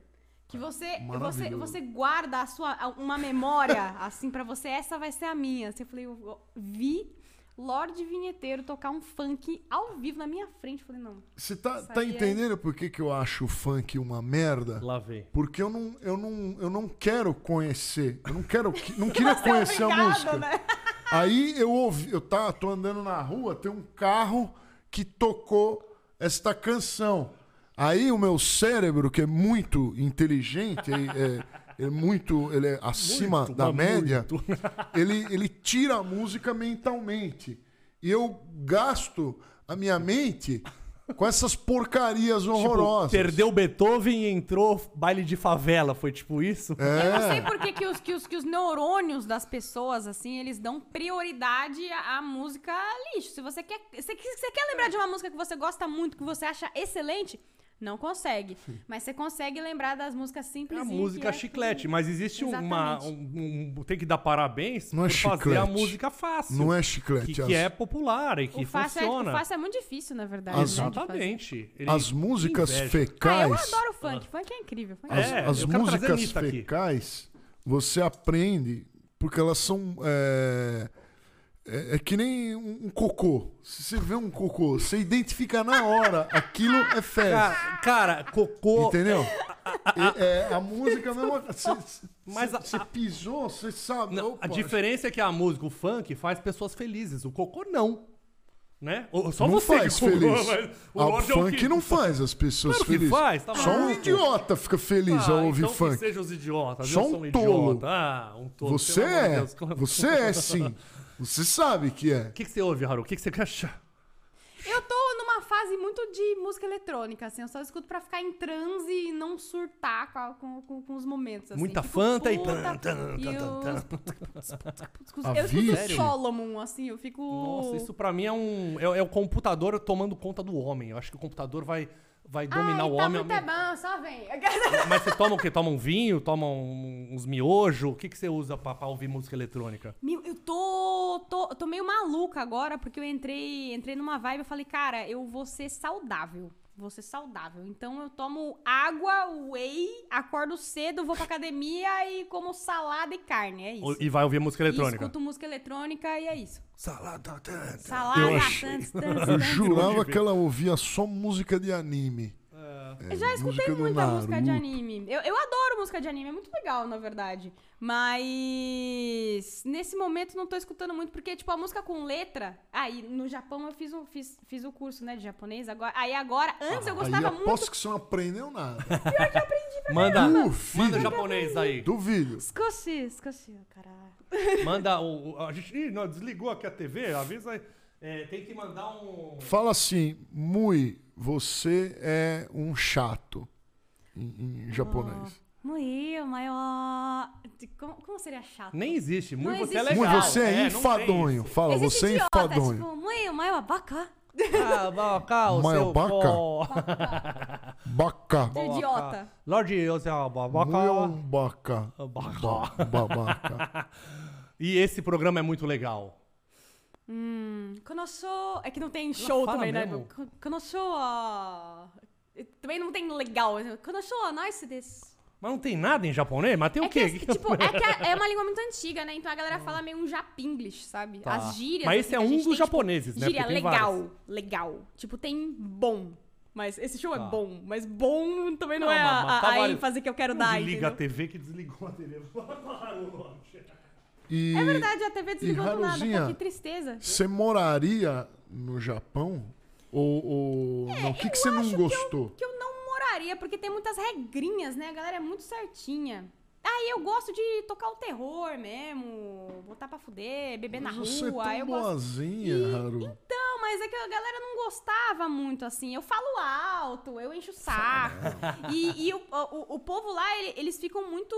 Speaker 3: Que você, você,
Speaker 1: Maravilhoso.
Speaker 3: você guarda a sua, a- uma memória, assim, pra você, essa vai ser a minha. Assim, eu falei, eu vi Lorde Vinheteiro tocar um funk ao vivo na minha frente. Eu falei, não.
Speaker 1: Você tá,
Speaker 3: Isso
Speaker 1: tá
Speaker 3: aí é-
Speaker 1: entendendo por que, que eu acho o funk uma merda?
Speaker 2: Lá vem.
Speaker 1: Porque eu não, eu não, eu não quero conhecer. Eu não quero. que- Não queria conhecer a
Speaker 3: Obrigado,
Speaker 1: música.
Speaker 3: é né?
Speaker 1: Aí eu ouvi, eu tá, tô andando na rua, tem um carro que tocou esta canção. Aí o meu cérebro, que é muito inteligente, é, é- é muito, ele é acima
Speaker 2: Muito,
Speaker 1: da
Speaker 2: mas
Speaker 1: média,
Speaker 2: muito.
Speaker 1: ele, ele tira a música mentalmente. E eu gasto a minha mente Com essas porcarias
Speaker 2: Tipo,
Speaker 1: horrorosas.
Speaker 2: perdeu Beethoven e entrou baile de favela. Foi tipo isso?
Speaker 3: Eu não sei
Speaker 1: É.
Speaker 3: por que, que, os, que, os, que os neurônios das pessoas, assim, eles dão prioridade à à música lixo. Se você quer, você, que- você quer lembrar de uma música que você gosta muito, que você acha excelente, não consegue. Mas você consegue lembrar das músicas
Speaker 2: É
Speaker 3: simples.
Speaker 2: a música chiclete,
Speaker 3: assim.
Speaker 2: mas existe uma. um- um- tem que dar parabéns
Speaker 1: Não é
Speaker 2: por fazer a
Speaker 1: chiclete.
Speaker 2: música fácil.
Speaker 1: Não é
Speaker 2: que,
Speaker 1: chiclete.
Speaker 2: que
Speaker 1: as,
Speaker 2: é popular e que
Speaker 3: o fácil,
Speaker 2: funciona.
Speaker 3: É, o fácil é muito difícil, na verdade.
Speaker 1: As-
Speaker 3: né, de fazer.
Speaker 2: Exatamente. Ele-
Speaker 1: as músicas
Speaker 2: inveja.
Speaker 3: Ah, eu
Speaker 1: fecais.
Speaker 3: adoro funk. Funk é incrível. Funk é
Speaker 1: As,
Speaker 2: É,
Speaker 1: as
Speaker 2: eu quero trazer
Speaker 1: músicas
Speaker 2: Anitta aqui.
Speaker 1: fecais, você aprende porque elas são. É, é- é que nem um, um cocô. Se você vê um cocô, você identifica na hora. Aquilo é fezes.
Speaker 2: Cara, cara, cocô.
Speaker 1: Entendeu? E- é, a música é a mesma coisa.
Speaker 2: Mas a-
Speaker 1: Você pisou, você sabe.
Speaker 2: Não,
Speaker 1: opa,
Speaker 2: a diferença é que a música, o funk, faz pessoas felizes. O cocô não. Né? O- Só
Speaker 1: não
Speaker 2: você
Speaker 1: faz
Speaker 2: que cocô,
Speaker 1: feliz.
Speaker 2: mas
Speaker 1: Ah,
Speaker 2: o Lorde é o
Speaker 1: funk
Speaker 2: que-
Speaker 1: não faz as pessoas
Speaker 2: Claro que
Speaker 1: felizes.
Speaker 2: faz, tá
Speaker 1: Só um
Speaker 2: maluco.
Speaker 1: idiota fica feliz
Speaker 2: Ah,
Speaker 1: ao ouvir
Speaker 2: então
Speaker 1: funk.
Speaker 2: Que sejam os idiotas.
Speaker 1: Só
Speaker 2: eu
Speaker 1: um
Speaker 2: sou um
Speaker 1: tolo.
Speaker 2: idiota. Ah, um tolo.
Speaker 1: Você
Speaker 2: pelo amor de
Speaker 1: é.
Speaker 2: Deus, claro.
Speaker 1: Você é sim. Você sabe que é.
Speaker 2: O que, que você ouve, Haru? O que, que você acha?
Speaker 3: Eu tô numa fase muito de música eletrônica, assim. Eu só escuto pra ficar em transe e não surtar com, a- com- com- com os momentos, assim.
Speaker 2: Muita
Speaker 3: Fico
Speaker 2: fanta e
Speaker 3: puta,
Speaker 2: tan, tan,
Speaker 3: e
Speaker 2: tan,
Speaker 3: eu-
Speaker 2: tan,
Speaker 1: A
Speaker 3: Eu escuto
Speaker 1: Avicii?
Speaker 3: Solomon, assim. Eu fico...
Speaker 2: Nossa, isso pra mim é um. É, é o computador tomando conta do homem. Eu acho que o computador vai, vai dominar
Speaker 3: Ai,
Speaker 2: o
Speaker 3: tá
Speaker 2: homem. é um
Speaker 3: muito bom, só vem.
Speaker 2: Mas você toma o quê? Toma um vinho? Toma um- uns miojos? O que, que você usa pra, pra ouvir música eletrônica?
Speaker 3: Meu, eu tô, tô, tô meio maluca agora, porque eu entrei, entrei numa vibe e falei, cara, eu vou ser saudável. Vou ser saudável. Então eu tomo água, whey, acordo cedo, vou pra academia e como salada e carne. É isso.
Speaker 2: E vai ouvir música
Speaker 3: E
Speaker 2: eletrônica?
Speaker 3: escuto música eletrônica e é isso.
Speaker 2: Salada tanta.
Speaker 3: Salada,
Speaker 1: Eu achei-
Speaker 3: tantos, tantos,
Speaker 1: Eu
Speaker 2: é
Speaker 3: tantos.
Speaker 1: jurava que ela ouvia só música de anime. É,
Speaker 3: Eu já escutei
Speaker 1: música do
Speaker 3: muita música de
Speaker 1: Naruto.
Speaker 3: anime. Eu, eu adoro música de anime, é muito legal, na verdade. Mas nesse momento não tô escutando muito, porque, tipo, a música com letra. Aí, no Japão eu fiz um, fiz, fiz o curso, né, de japonês. Agora, aí agora, antes eu
Speaker 1: Ah, Aí
Speaker 3: gostava muito.
Speaker 1: aposto que você não aprendeu nada.
Speaker 2: Manda,
Speaker 1: Uh,
Speaker 2: manda
Speaker 1: filho.
Speaker 2: japonês aí.
Speaker 1: Duvido.
Speaker 3: Escoci, escoci, caralho.
Speaker 2: Manda o. o- A gente. Ih, não, desligou aqui a TV, avisa aí. É, tem que mandar um.
Speaker 1: Fala assim, Mui, você é um chato. Em, em japonês.
Speaker 3: Ah. Moio, maior. Como, como seria chato?
Speaker 2: Nem existe.
Speaker 3: Não
Speaker 2: Muito, você é
Speaker 3: existe.
Speaker 2: legal.
Speaker 1: Mui, você é,
Speaker 2: não tem
Speaker 1: enfadonho.
Speaker 2: isso.
Speaker 1: Fala,
Speaker 3: Existe
Speaker 1: você é
Speaker 3: idiota,
Speaker 1: enfadonho.
Speaker 3: Tipo, moio, maior, bacana.
Speaker 2: Ah, babaca, o
Speaker 1: Mas
Speaker 2: seu
Speaker 1: babaca?
Speaker 2: pó.
Speaker 1: Baca.
Speaker 3: Idiota.
Speaker 2: Lorde, eu sei, ó, babaca.
Speaker 1: Mui é um baca.
Speaker 2: Babaca.
Speaker 1: Ba- babaca.
Speaker 2: E esse programa é muito legal.
Speaker 3: Hum, Konosho. É que não tem show
Speaker 2: fala
Speaker 3: também,
Speaker 2: mesmo.
Speaker 3: né? Ko- Konosho. ah, Também não tem legal. Konosho wa nice desu.
Speaker 2: Mas não tem nada em japonês? Mas tem
Speaker 3: É
Speaker 2: o
Speaker 3: que,
Speaker 2: quê?
Speaker 3: as- tipo, é que é- é uma língua muito antiga, né? Então a galera fala meio um japinglish, sabe?
Speaker 2: Tá.
Speaker 3: As gírias.
Speaker 2: Mas
Speaker 3: assim,
Speaker 2: esse é
Speaker 3: que a
Speaker 2: um
Speaker 3: gente
Speaker 2: dos
Speaker 3: tem, tipo,
Speaker 2: japoneses, né?
Speaker 3: Gíria
Speaker 2: Porque tem
Speaker 3: legal,
Speaker 2: várias.
Speaker 3: legal. Tipo, tem bom. Mas esse show
Speaker 2: Tá.
Speaker 3: é bom. Mas bom também não,
Speaker 2: Não,
Speaker 3: é
Speaker 2: mas-
Speaker 3: a,
Speaker 2: mas
Speaker 3: a-
Speaker 2: tá
Speaker 3: a
Speaker 2: vários-
Speaker 3: ênfase que eu quero
Speaker 2: Não
Speaker 3: dar,
Speaker 2: Desliga a
Speaker 3: entendeu?
Speaker 2: TV que desligou a TV. Parou, Lorde.
Speaker 1: E
Speaker 3: É verdade, a TV desligou do nada.
Speaker 1: Haruzinha?
Speaker 3: Pô, que tristeza.
Speaker 1: você moraria no Japão? Ou, ou não? O que,
Speaker 3: É, eu
Speaker 1: que você
Speaker 3: acho
Speaker 1: não
Speaker 3: que eu-
Speaker 1: gostou?
Speaker 3: que eu não moraria, porque tem muitas regrinhas, né? A galera é muito certinha. Aí eu gosto de tocar o terror mesmo, botar pra fuder, beber na
Speaker 1: Mas você é
Speaker 3: rua.
Speaker 1: tão
Speaker 3: eu gosto...
Speaker 1: boazinha, Haru.
Speaker 3: Então, mas é que a galera não gostava muito, assim. Eu falo alto, eu encho o saco. e e o, o, o povo lá, ele- eles ficam muito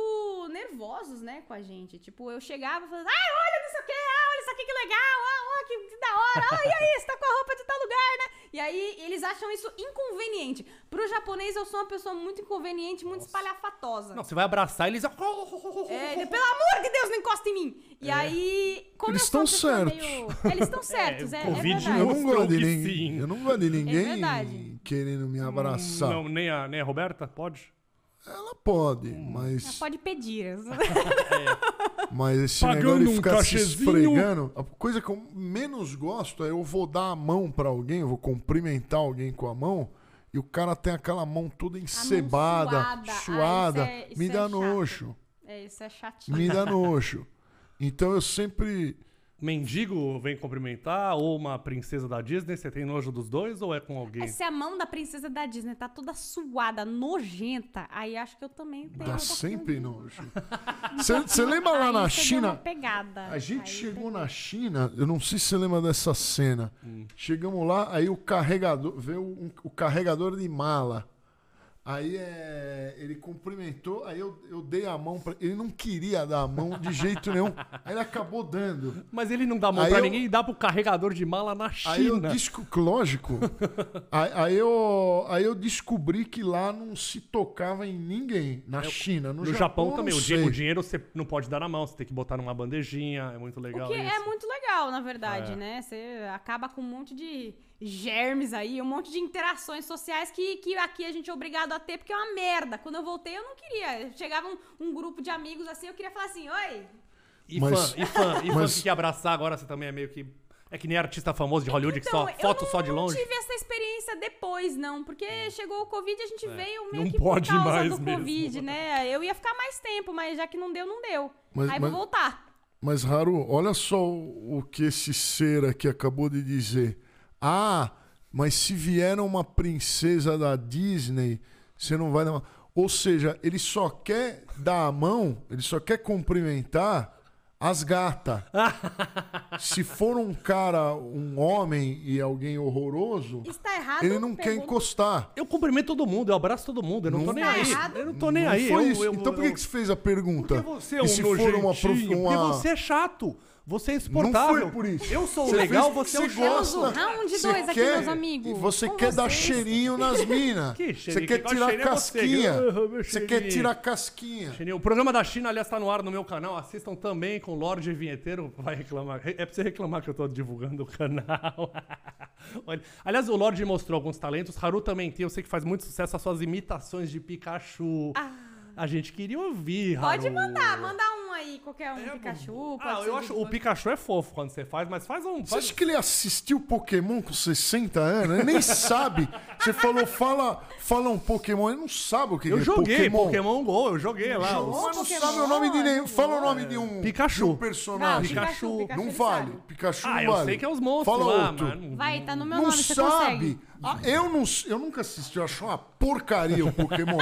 Speaker 3: nervosos, né, com a gente. Tipo, eu chegava falando, ai, olha isso aqui, ah, olha isso aqui que legal, ah, olha que, que da hora, ah, e aí, você tá com a roupa de tal lugar, né? E aí, eles acham isso inconveniente. Pro japonês, eu sou uma pessoa muito inconveniente, muito espalhafatosa.
Speaker 2: Não, você vai abraçar eles.
Speaker 3: É, ele, pelo amor de Deus, não encosta em mim! E aí, como
Speaker 1: Eles
Speaker 3: eu sou uma
Speaker 1: estão
Speaker 3: pessoa
Speaker 1: certos.
Speaker 3: meio- Eles estão certos, é, é,
Speaker 2: Covid
Speaker 3: verdade. É
Speaker 1: Eu não,
Speaker 2: Mostrou
Speaker 1: gosto de
Speaker 2: que
Speaker 1: ninguém,
Speaker 2: sim. Hum,
Speaker 1: eu não gosto de ninguém
Speaker 3: verdade.
Speaker 1: querendo me abraçar.
Speaker 2: Não, nem a, nem a Roberta? Pode?
Speaker 1: Ela pode,
Speaker 3: Hum.
Speaker 1: mas,
Speaker 3: Pode pedir.
Speaker 1: mas esse
Speaker 2: Pagando
Speaker 1: negócio de
Speaker 2: um
Speaker 1: ficar se
Speaker 2: cachezinho.
Speaker 1: esfregando. A coisa que eu menos gosto é eu vou dar a mão pra alguém, eu vou cumprimentar alguém com a mão. E o cara tem aquela mão toda encebada,
Speaker 3: suada. Ah,
Speaker 1: suada.
Speaker 3: isso é- isso
Speaker 1: me
Speaker 3: é
Speaker 1: dá
Speaker 3: chato.
Speaker 1: nojo.
Speaker 3: É, isso é chatinho.
Speaker 1: Me dá nojo. Então eu sempre
Speaker 2: mendigo vem cumprimentar ou uma princesa da Disney, você tem nojo dos dois ou é com alguém?
Speaker 3: É, se a mão da princesa da Disney tá toda suada, nojenta, aí acho que eu também tenho. um
Speaker 1: Dá
Speaker 3: pouquinho
Speaker 1: sempre
Speaker 3: de-
Speaker 1: nojo. Você lembra lá na
Speaker 3: Aí você deu uma
Speaker 1: China?
Speaker 3: Pegada.
Speaker 1: A gente
Speaker 3: Aí
Speaker 1: chegou
Speaker 3: pegou.
Speaker 1: na China, eu não sei se você lembra dessa cena. Chegamos lá, aí o carregador, veio um- o carregador de mala. Aí é, ele cumprimentou, aí eu, eu dei a mão pra ele. não queria dar a mão de jeito nenhum. Aí ele acabou dando.
Speaker 2: Mas ele não dá mão
Speaker 1: Aí
Speaker 2: pra
Speaker 1: eu-
Speaker 2: ninguém e dá pro carregador de mala na
Speaker 1: Aí eu,
Speaker 2: China.
Speaker 1: desco... lógico, aí, aí eu, aí eu descobri que lá não se tocava em ninguém. Na China, no,
Speaker 2: É, No Japão,
Speaker 1: eu
Speaker 2: também,
Speaker 1: não
Speaker 2: o, di- o
Speaker 1: sei.
Speaker 2: dinheiro você não pode dar na mão, você tem que botar numa bandejinha, é muito legal
Speaker 3: O que
Speaker 2: isso.
Speaker 3: é muito legal, na verdade,
Speaker 2: É.
Speaker 3: né? Você acaba com um monte de germes aí, um monte de interações sociais que, que aqui a gente é obrigado a ter, porque é uma merda. Quando eu voltei, eu não queria. Chegava um, um grupo de amigos assim, eu queria falar assim, oi.
Speaker 2: E
Speaker 1: Mas-
Speaker 2: fã, e fã, e fã
Speaker 1: mas-
Speaker 2: que quer abraçar agora, você também é meio que. É que nem artista famoso de Hollywood,
Speaker 3: Então,
Speaker 2: que só
Speaker 3: eu
Speaker 2: foto
Speaker 3: não-
Speaker 2: só de longe. Hum.
Speaker 3: não tive essa experiência depois, não, porque chegou o Covid e a gente
Speaker 2: É.
Speaker 3: veio meio
Speaker 2: Não
Speaker 3: que por
Speaker 2: pode
Speaker 3: causa
Speaker 2: mais
Speaker 3: do
Speaker 2: mesmo.
Speaker 3: Covid, né? Eu ia ficar mais tempo, mas já que não deu, não deu.
Speaker 1: Mas-
Speaker 3: aí
Speaker 1: mas-
Speaker 3: vou voltar.
Speaker 1: Mas, Haru, olha só o o que esse ser aqui acabou de dizer. Ah, mas se vier uma princesa da Disney, você não vai dar uma... Ou seja, ele só quer dar a mão, ele só quer cumprimentar as gatas. se for um cara, um homem e alguém horroroso,
Speaker 3: Está errado.
Speaker 1: ele não quer
Speaker 3: pegou-
Speaker 1: encostar.
Speaker 2: Eu cumprimento todo mundo, eu abraço todo mundo, eu não,
Speaker 1: Não
Speaker 2: tô nem
Speaker 1: tá
Speaker 2: aí.
Speaker 3: errado.
Speaker 2: Eu não tô nem aí.
Speaker 1: Foi
Speaker 2: eu,
Speaker 1: isso.
Speaker 2: eu-
Speaker 1: então por que
Speaker 2: eu-
Speaker 1: que você fez a pergunta?
Speaker 2: Porque você é um
Speaker 1: e se for uma, prof-
Speaker 2: nojentinho,
Speaker 1: uma...
Speaker 2: Porque você é chato. Você é insuportável.
Speaker 1: Não foi por isso.
Speaker 2: Eu sou o
Speaker 1: Você
Speaker 2: legal,
Speaker 1: fez
Speaker 2: você é
Speaker 1: porque você
Speaker 2: o chato.
Speaker 1: gosta.
Speaker 3: Gostoso. Não, um de
Speaker 1: Você
Speaker 3: dois aqui,
Speaker 1: quer-
Speaker 3: meus amigos.
Speaker 1: Você
Speaker 3: Com
Speaker 1: quer dar
Speaker 3: vocês.
Speaker 1: cheirinho nas minas.
Speaker 2: Que
Speaker 1: Você
Speaker 2: cheirinho?
Speaker 1: quer
Speaker 2: Quem gosta de
Speaker 1: tirar
Speaker 2: cheirinho é você.
Speaker 1: casquinha.
Speaker 2: Ah, meu
Speaker 1: Você quer
Speaker 2: cheirinho.
Speaker 1: tirar casquinha.
Speaker 2: Genial. O programa da China, aliás, tá no ar no meu canal. Assistam também com o Lorde Vinheteiro. Vai reclamar. É pra você reclamar que eu tô divulgando o canal. Olha, Aliás, o Lorde mostrou alguns talentos. Haru também tem. Eu sei que faz muito sucesso as suas imitações de Pikachu. A gente queria ouvir, Haru.
Speaker 3: Ah. Pode mandar, manda um aí, qualquer um,
Speaker 2: É,
Speaker 3: Pikachu. pode
Speaker 2: Ah,
Speaker 3: ser
Speaker 2: eu
Speaker 3: de
Speaker 2: acho o
Speaker 3: dois.
Speaker 2: Pikachu é fofo quando você faz, mas faz um.
Speaker 1: Você
Speaker 2: Faz...
Speaker 1: acha que ele assistiu Pokémon com 60 anos? Ele nem sabe. Você falou, fala, fala um Pokémon. Ele não sabe o que
Speaker 2: Eu
Speaker 1: que é
Speaker 2: joguei
Speaker 1: Pokémon.
Speaker 2: Pokémon. Go, eu joguei lá.
Speaker 1: Jogou,
Speaker 2: os-
Speaker 1: mas não
Speaker 3: Pokémon,
Speaker 1: sabe o nome de nenhum.
Speaker 3: jogou.
Speaker 1: Fala o nome de um,
Speaker 2: Pikachu.
Speaker 1: de um
Speaker 3: Não,
Speaker 1: personagem.
Speaker 2: Pikachu.
Speaker 3: Pikachu, Pikachu,
Speaker 1: Não
Speaker 3: ele
Speaker 1: vale.
Speaker 3: sabe.
Speaker 1: Pikachu
Speaker 2: Ah,
Speaker 1: não
Speaker 2: eu
Speaker 1: vale.
Speaker 2: sei que é os monstros
Speaker 1: Fala
Speaker 2: lá,
Speaker 1: outro.
Speaker 2: mano.
Speaker 3: Vai, tá no meu
Speaker 1: Não
Speaker 3: nome, você
Speaker 1: sabe.
Speaker 3: consegue.
Speaker 1: Ah, eu, não, eu nunca assisti, eu acho uma porcaria o Pokémon.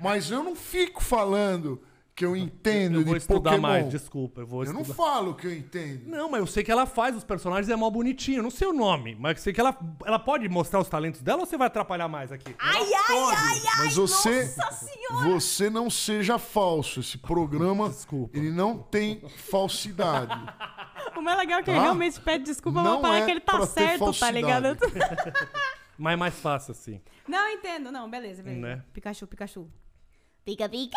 Speaker 1: Mas eu não fico falando que eu entendo
Speaker 2: Eu vou
Speaker 1: de
Speaker 2: estudar
Speaker 1: Pokémon.
Speaker 2: mais, desculpa. Eu vou
Speaker 1: eu não
Speaker 2: estudar.
Speaker 1: falo que eu entendo.
Speaker 2: Não, mas eu sei que ela faz os personagens é mó bonitinho. Eu Não sei o nome, mas eu sei que ela, ela pode mostrar os talentos dela ou você vai atrapalhar mais aqui?
Speaker 3: Ai, ai, ai, ai,
Speaker 1: Mas você,
Speaker 3: nossa senhora.
Speaker 1: você não seja falso. Esse programa,
Speaker 2: Desculpa.
Speaker 1: ele não tem falsidade.
Speaker 3: O mais legal é que ele
Speaker 1: Tá?
Speaker 3: realmente pede desculpa, mas
Speaker 1: Não
Speaker 3: parece
Speaker 1: é
Speaker 3: que ele
Speaker 1: pra
Speaker 3: tá
Speaker 1: ter
Speaker 3: certo, tá
Speaker 1: falsidade.
Speaker 3: ligado? Eu tô-
Speaker 2: Mas é mais fácil assim.
Speaker 3: Não, entendo. Não, beleza, beleza.
Speaker 2: Né?
Speaker 3: Pikachu, Pikachu.
Speaker 4: Pica, pica!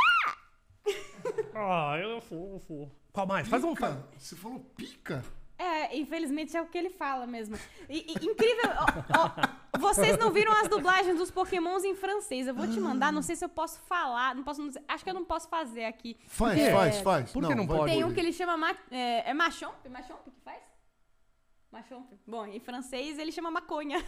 Speaker 2: Ah, eu fofo. Qual mais? Faz um.
Speaker 1: Pica? Você falou pica?
Speaker 3: É, infelizmente é o que ele fala mesmo. E- e- incrível. ó, ó, vocês não viram as dublagens dos pokémons em francês. Eu vou te mandar, não sei se eu posso falar. Não posso, não sei- acho que eu não posso fazer aqui.
Speaker 1: Faz,
Speaker 2: É.
Speaker 1: faz, faz.
Speaker 2: Por que não
Speaker 1: vai
Speaker 2: pode?
Speaker 3: Tem um
Speaker 1: poder.
Speaker 3: que ele chama. Ma é, é Machompe? Machompe que faz? Machompe. Bom, em francês ele chama maconha.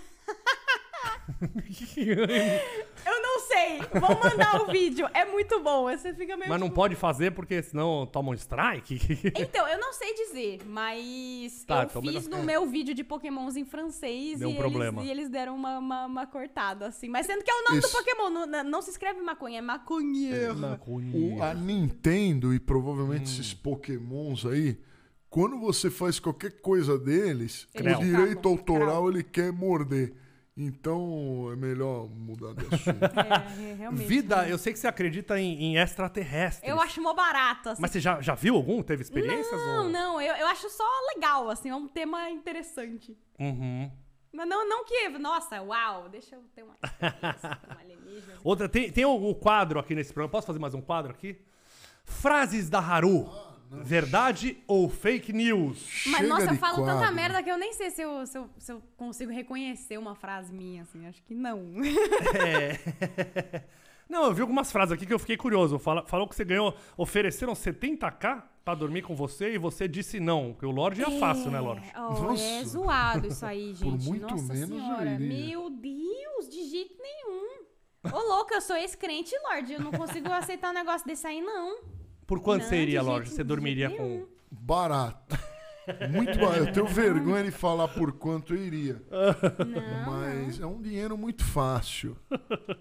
Speaker 3: Eu não sei. Vou mandar o vídeo. É muito bom. Você fica meio.
Speaker 2: mas não
Speaker 3: tipo,
Speaker 2: pode fazer porque senão toma um strike.
Speaker 3: Então, eu não sei dizer, mas
Speaker 2: Tá,
Speaker 3: eu
Speaker 2: então
Speaker 3: fiz
Speaker 2: melhor-
Speaker 3: no meu vídeo de pokémons em francês
Speaker 2: Deu um
Speaker 3: e,
Speaker 2: problema.
Speaker 3: Eles, e eles deram uma, uma, uma cortada, assim. Mas sendo que é o nome
Speaker 1: Isso.
Speaker 3: do pokémon, não, não- não se escreve maconha, é maconheiro.
Speaker 1: O- a Nintendo e provavelmente esses pokémons aí, quando você faz qualquer coisa deles,
Speaker 2: Creu.
Speaker 1: o direito
Speaker 3: Crau.
Speaker 1: autoral ele quer morder. Então é melhor mudar de assunto.
Speaker 3: É, é, realmente.
Speaker 2: Vida, eu sei que você acredita em, em extraterrestres.
Speaker 3: Eu acho mó barato, assim.
Speaker 2: Mas você já, já viu algum? Teve experiências?
Speaker 3: Não,
Speaker 2: ou...
Speaker 3: não, eu, eu acho só legal, assim, é um tema interessante.
Speaker 2: Uhum.
Speaker 3: Mas não, não que, nossa, uau, deixa eu ter um uma experiência com um alienígena. assim.
Speaker 2: Outra, tem, tem o, o quadro aqui nesse programa. Posso fazer mais um quadro aqui? Frases da Haru. Verdade ou fake news?
Speaker 3: Mas,
Speaker 1: Chega
Speaker 3: nossa, eu
Speaker 1: de
Speaker 3: falo tanta
Speaker 1: quadro.
Speaker 3: merda que eu nem sei se eu, se, eu, se eu consigo reconhecer uma frase minha, assim, acho que não.
Speaker 2: É. Não, eu vi algumas frases aqui que eu fiquei curioso. Fala- falou que você ganhou. Ofereceram 70k pra dormir com você e você disse não. Porque o Lorde é fácil, né, Lorde?
Speaker 3: É, ó, é
Speaker 1: Nossa.
Speaker 3: zoado isso aí, gente.
Speaker 1: muito
Speaker 3: Nossa
Speaker 1: menos eu
Speaker 3: senhora.
Speaker 1: iria.
Speaker 3: Meu Deus, de jeito nenhum. Ô, louca, eu sou ex-crente, Lorde. Eu não consigo aceitar um negócio desse aí, não.
Speaker 2: Por quanto
Speaker 3: Não,
Speaker 2: você iria,
Speaker 3: de
Speaker 2: Lorde?
Speaker 3: jeito-
Speaker 2: Você
Speaker 3: de
Speaker 2: dormiria
Speaker 3: jeito
Speaker 2: com.
Speaker 3: nenhum.
Speaker 1: Barato. Muito barato. Eu tenho vergonha de falar por quanto eu iria. Mas é um dinheiro muito fácil.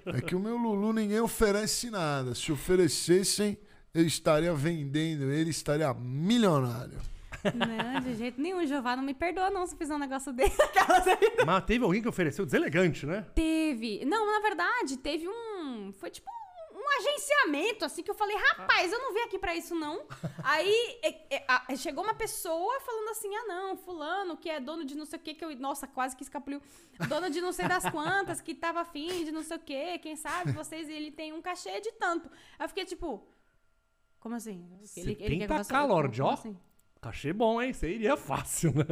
Speaker 1: É que o meu Lulu ninguém oferece nada. Se oferecessem, eu estaria vendendo ele, estaria milionário.
Speaker 3: Não, Né, de jeito nenhum. Jeová não me perdoa, não, se eu fizer um negócio desse.
Speaker 2: Mas teve alguém que ofereceu deselegante, né?
Speaker 3: Teve. Não, na verdade, teve um. Foi tipo um, um agenciamento, assim, que eu falei, rapaz, eu não vim aqui pra isso, não. Aí é- é, a- chegou uma pessoa falando assim: ah, não, Fulano, que é dono de não sei o que, que eu. Nossa, quase que escapuliu. Dono de não sei das quantas, que tava afim de não sei o que, quem sabe vocês, ele tem um cachê de tanto. Aí eu fiquei tipo. Como assim?
Speaker 2: 70K,
Speaker 3: conversar- como
Speaker 2: Lorde, ó.
Speaker 3: assim?
Speaker 2: Cachê bom, hein? Isso aí iria fácil, né?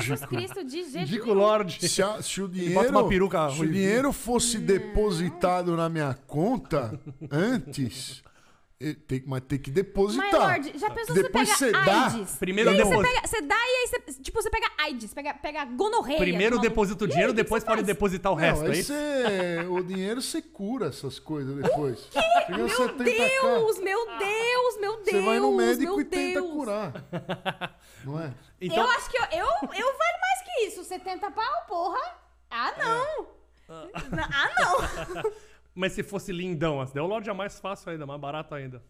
Speaker 3: Jesus Cristo, de jeito
Speaker 2: Dico
Speaker 3: nenhum.
Speaker 2: Lorde.
Speaker 1: Se, a- se o dinheiro,
Speaker 2: bota uma peruca
Speaker 1: se o
Speaker 2: ruivinha.
Speaker 1: dinheiro fosse depositado na minha conta antes, eh, tem, mas tem que
Speaker 3: Mas,
Speaker 1: depositar.
Speaker 3: Lorde, já pensou
Speaker 1: Depois
Speaker 3: você
Speaker 1: cê
Speaker 3: pega
Speaker 1: dá.
Speaker 3: AIDS?
Speaker 2: Primeiro
Speaker 3: E aí
Speaker 2: depois-
Speaker 3: você pega, você dá e aí você, tipo, você pega AIDS, pega, pega gonorreia.
Speaker 2: Primeiro
Speaker 3: do maluco.
Speaker 2: deposita o
Speaker 3: E aí,
Speaker 2: dinheiro,
Speaker 3: o que que
Speaker 2: depois
Speaker 3: você
Speaker 2: pode
Speaker 3: faz?
Speaker 2: depositar o
Speaker 1: Não,
Speaker 2: resto.
Speaker 1: aí
Speaker 2: é isso?
Speaker 1: cê- o dinheiro você cura essas coisas depois. Chega a 70K.
Speaker 3: Meu Deus, meu Deus, meu Deus,
Speaker 1: Você vai no médico
Speaker 3: meu
Speaker 1: e tenta
Speaker 3: Deus.
Speaker 1: curar. Não é?
Speaker 2: Então,
Speaker 3: Eu acho que eu, eu, eu valho mais que isso. 70 pau, porra. Ah, não. N- Ah, não.
Speaker 2: Mas se fosse lindão, assim, daí o Lorde é mais fácil ainda, mais barato ainda.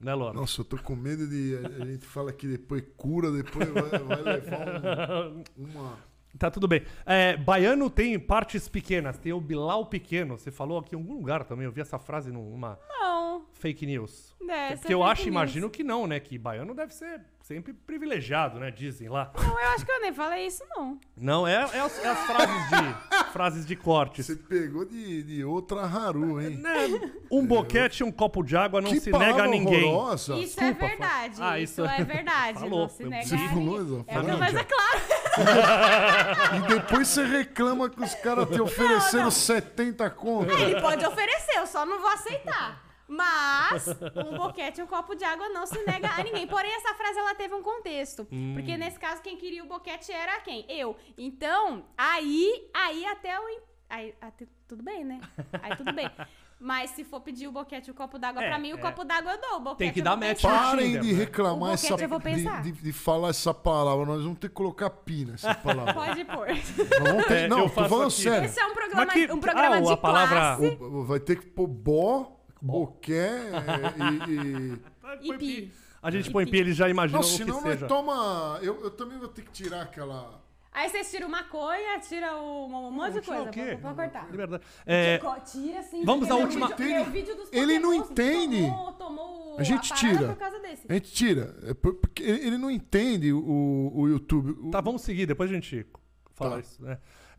Speaker 2: Né, Lorde?
Speaker 1: Nossa, eu tô com medo de. A gente fala que depois cura, depois vai, vai levar um- uma.
Speaker 2: Tá tudo bem. É, baiano tem partes pequenas, tem o Bilal pequeno. Você falou aqui em algum lugar também, eu vi essa frase numa
Speaker 3: Não.
Speaker 2: fake news.
Speaker 3: É,
Speaker 2: que eu acho, imagino que não, né? Que baiano deve ser sempre privilegiado, né? Dizem lá.
Speaker 3: Não, eu acho que eu nem falei isso, não.
Speaker 2: Não, é, é as, é as frases de frases de cortes.
Speaker 1: Você pegou de, de outra Haru, hein?
Speaker 2: Né? Um boquete e um copo de água não
Speaker 1: que
Speaker 2: se
Speaker 1: palavra
Speaker 2: nega a ninguém.
Speaker 1: horrorosa.
Speaker 3: isso
Speaker 2: desculpa,
Speaker 3: é
Speaker 2: foi-
Speaker 3: verdade.
Speaker 2: Ah,
Speaker 3: isso,
Speaker 2: isso-
Speaker 3: é verdade.
Speaker 2: Falou,
Speaker 3: Não se
Speaker 2: eu-
Speaker 3: negar.
Speaker 1: Você falou essa
Speaker 3: É,
Speaker 1: frase?
Speaker 3: mas é claro.
Speaker 1: E depois você reclama que os caras te ofereceram 70 contas.
Speaker 3: Ele pode oferecer, eu só não vou aceitar. Mas um boquete e um copo de água não se nega a ninguém. Porém, essa frase ela teve um contexto.
Speaker 2: Hum.
Speaker 3: Porque nesse caso, quem queria o boquete era quem? Eu. Então, aí, aí até o. en- Aí, até- tudo bem, né? Aí tudo bem. Mas se for pedir o boquete e o copo d'água
Speaker 2: É,
Speaker 3: pra mim, o
Speaker 2: é.
Speaker 3: copo d'água eu dou. O boquete
Speaker 2: Tem que
Speaker 3: eu
Speaker 2: dar
Speaker 3: vou
Speaker 2: match.
Speaker 3: pensar.
Speaker 1: Parem de
Speaker 2: Tinder, né?
Speaker 1: reclamar
Speaker 3: O
Speaker 1: essa,
Speaker 3: boquete eu vou pensar.
Speaker 1: de, de- de falar essa palavra. Nós vamos ter que colocar pi nessa palavra.
Speaker 3: Pode pôr.
Speaker 1: Nós vamos ter-
Speaker 2: É, eu
Speaker 1: não, tô
Speaker 2: faço
Speaker 1: falando
Speaker 2: aqui.
Speaker 1: sério.
Speaker 3: Esse é um programa,
Speaker 2: Mas que-
Speaker 3: um programa
Speaker 2: ah,
Speaker 3: de
Speaker 2: a palavra-
Speaker 3: classe
Speaker 1: O- vai ter que pôr bó, boqué é, e. e...
Speaker 3: e pi.
Speaker 2: A gente
Speaker 3: E
Speaker 2: põe
Speaker 3: pi.
Speaker 2: pi, ele já imagina
Speaker 1: Não,
Speaker 2: o que
Speaker 1: senão nós
Speaker 2: seja.
Speaker 1: toma. Eu, eu também vou ter que tirar aquela.
Speaker 3: Aí vocês tiram maconha, tira o, um monte de
Speaker 2: Tirar
Speaker 3: coisa.
Speaker 2: o quê?
Speaker 3: Vou, vou cortar.
Speaker 2: Liberdade. É,
Speaker 3: Co- tira, sim,
Speaker 2: vamos
Speaker 3: porque
Speaker 2: à
Speaker 3: meu
Speaker 2: última-
Speaker 3: vídeo- meu vídeo dos
Speaker 1: Ele não
Speaker 3: Pokémons
Speaker 1: entende.
Speaker 3: Tomou, tomou
Speaker 1: A gente
Speaker 3: parada
Speaker 1: tira.
Speaker 3: Por causa desse.
Speaker 1: A gente tira. É por- porque ele ele não entende o, o YouTube. O-
Speaker 2: Tá, vamos seguir, depois a gente fala
Speaker 1: Tá.
Speaker 2: isso, né?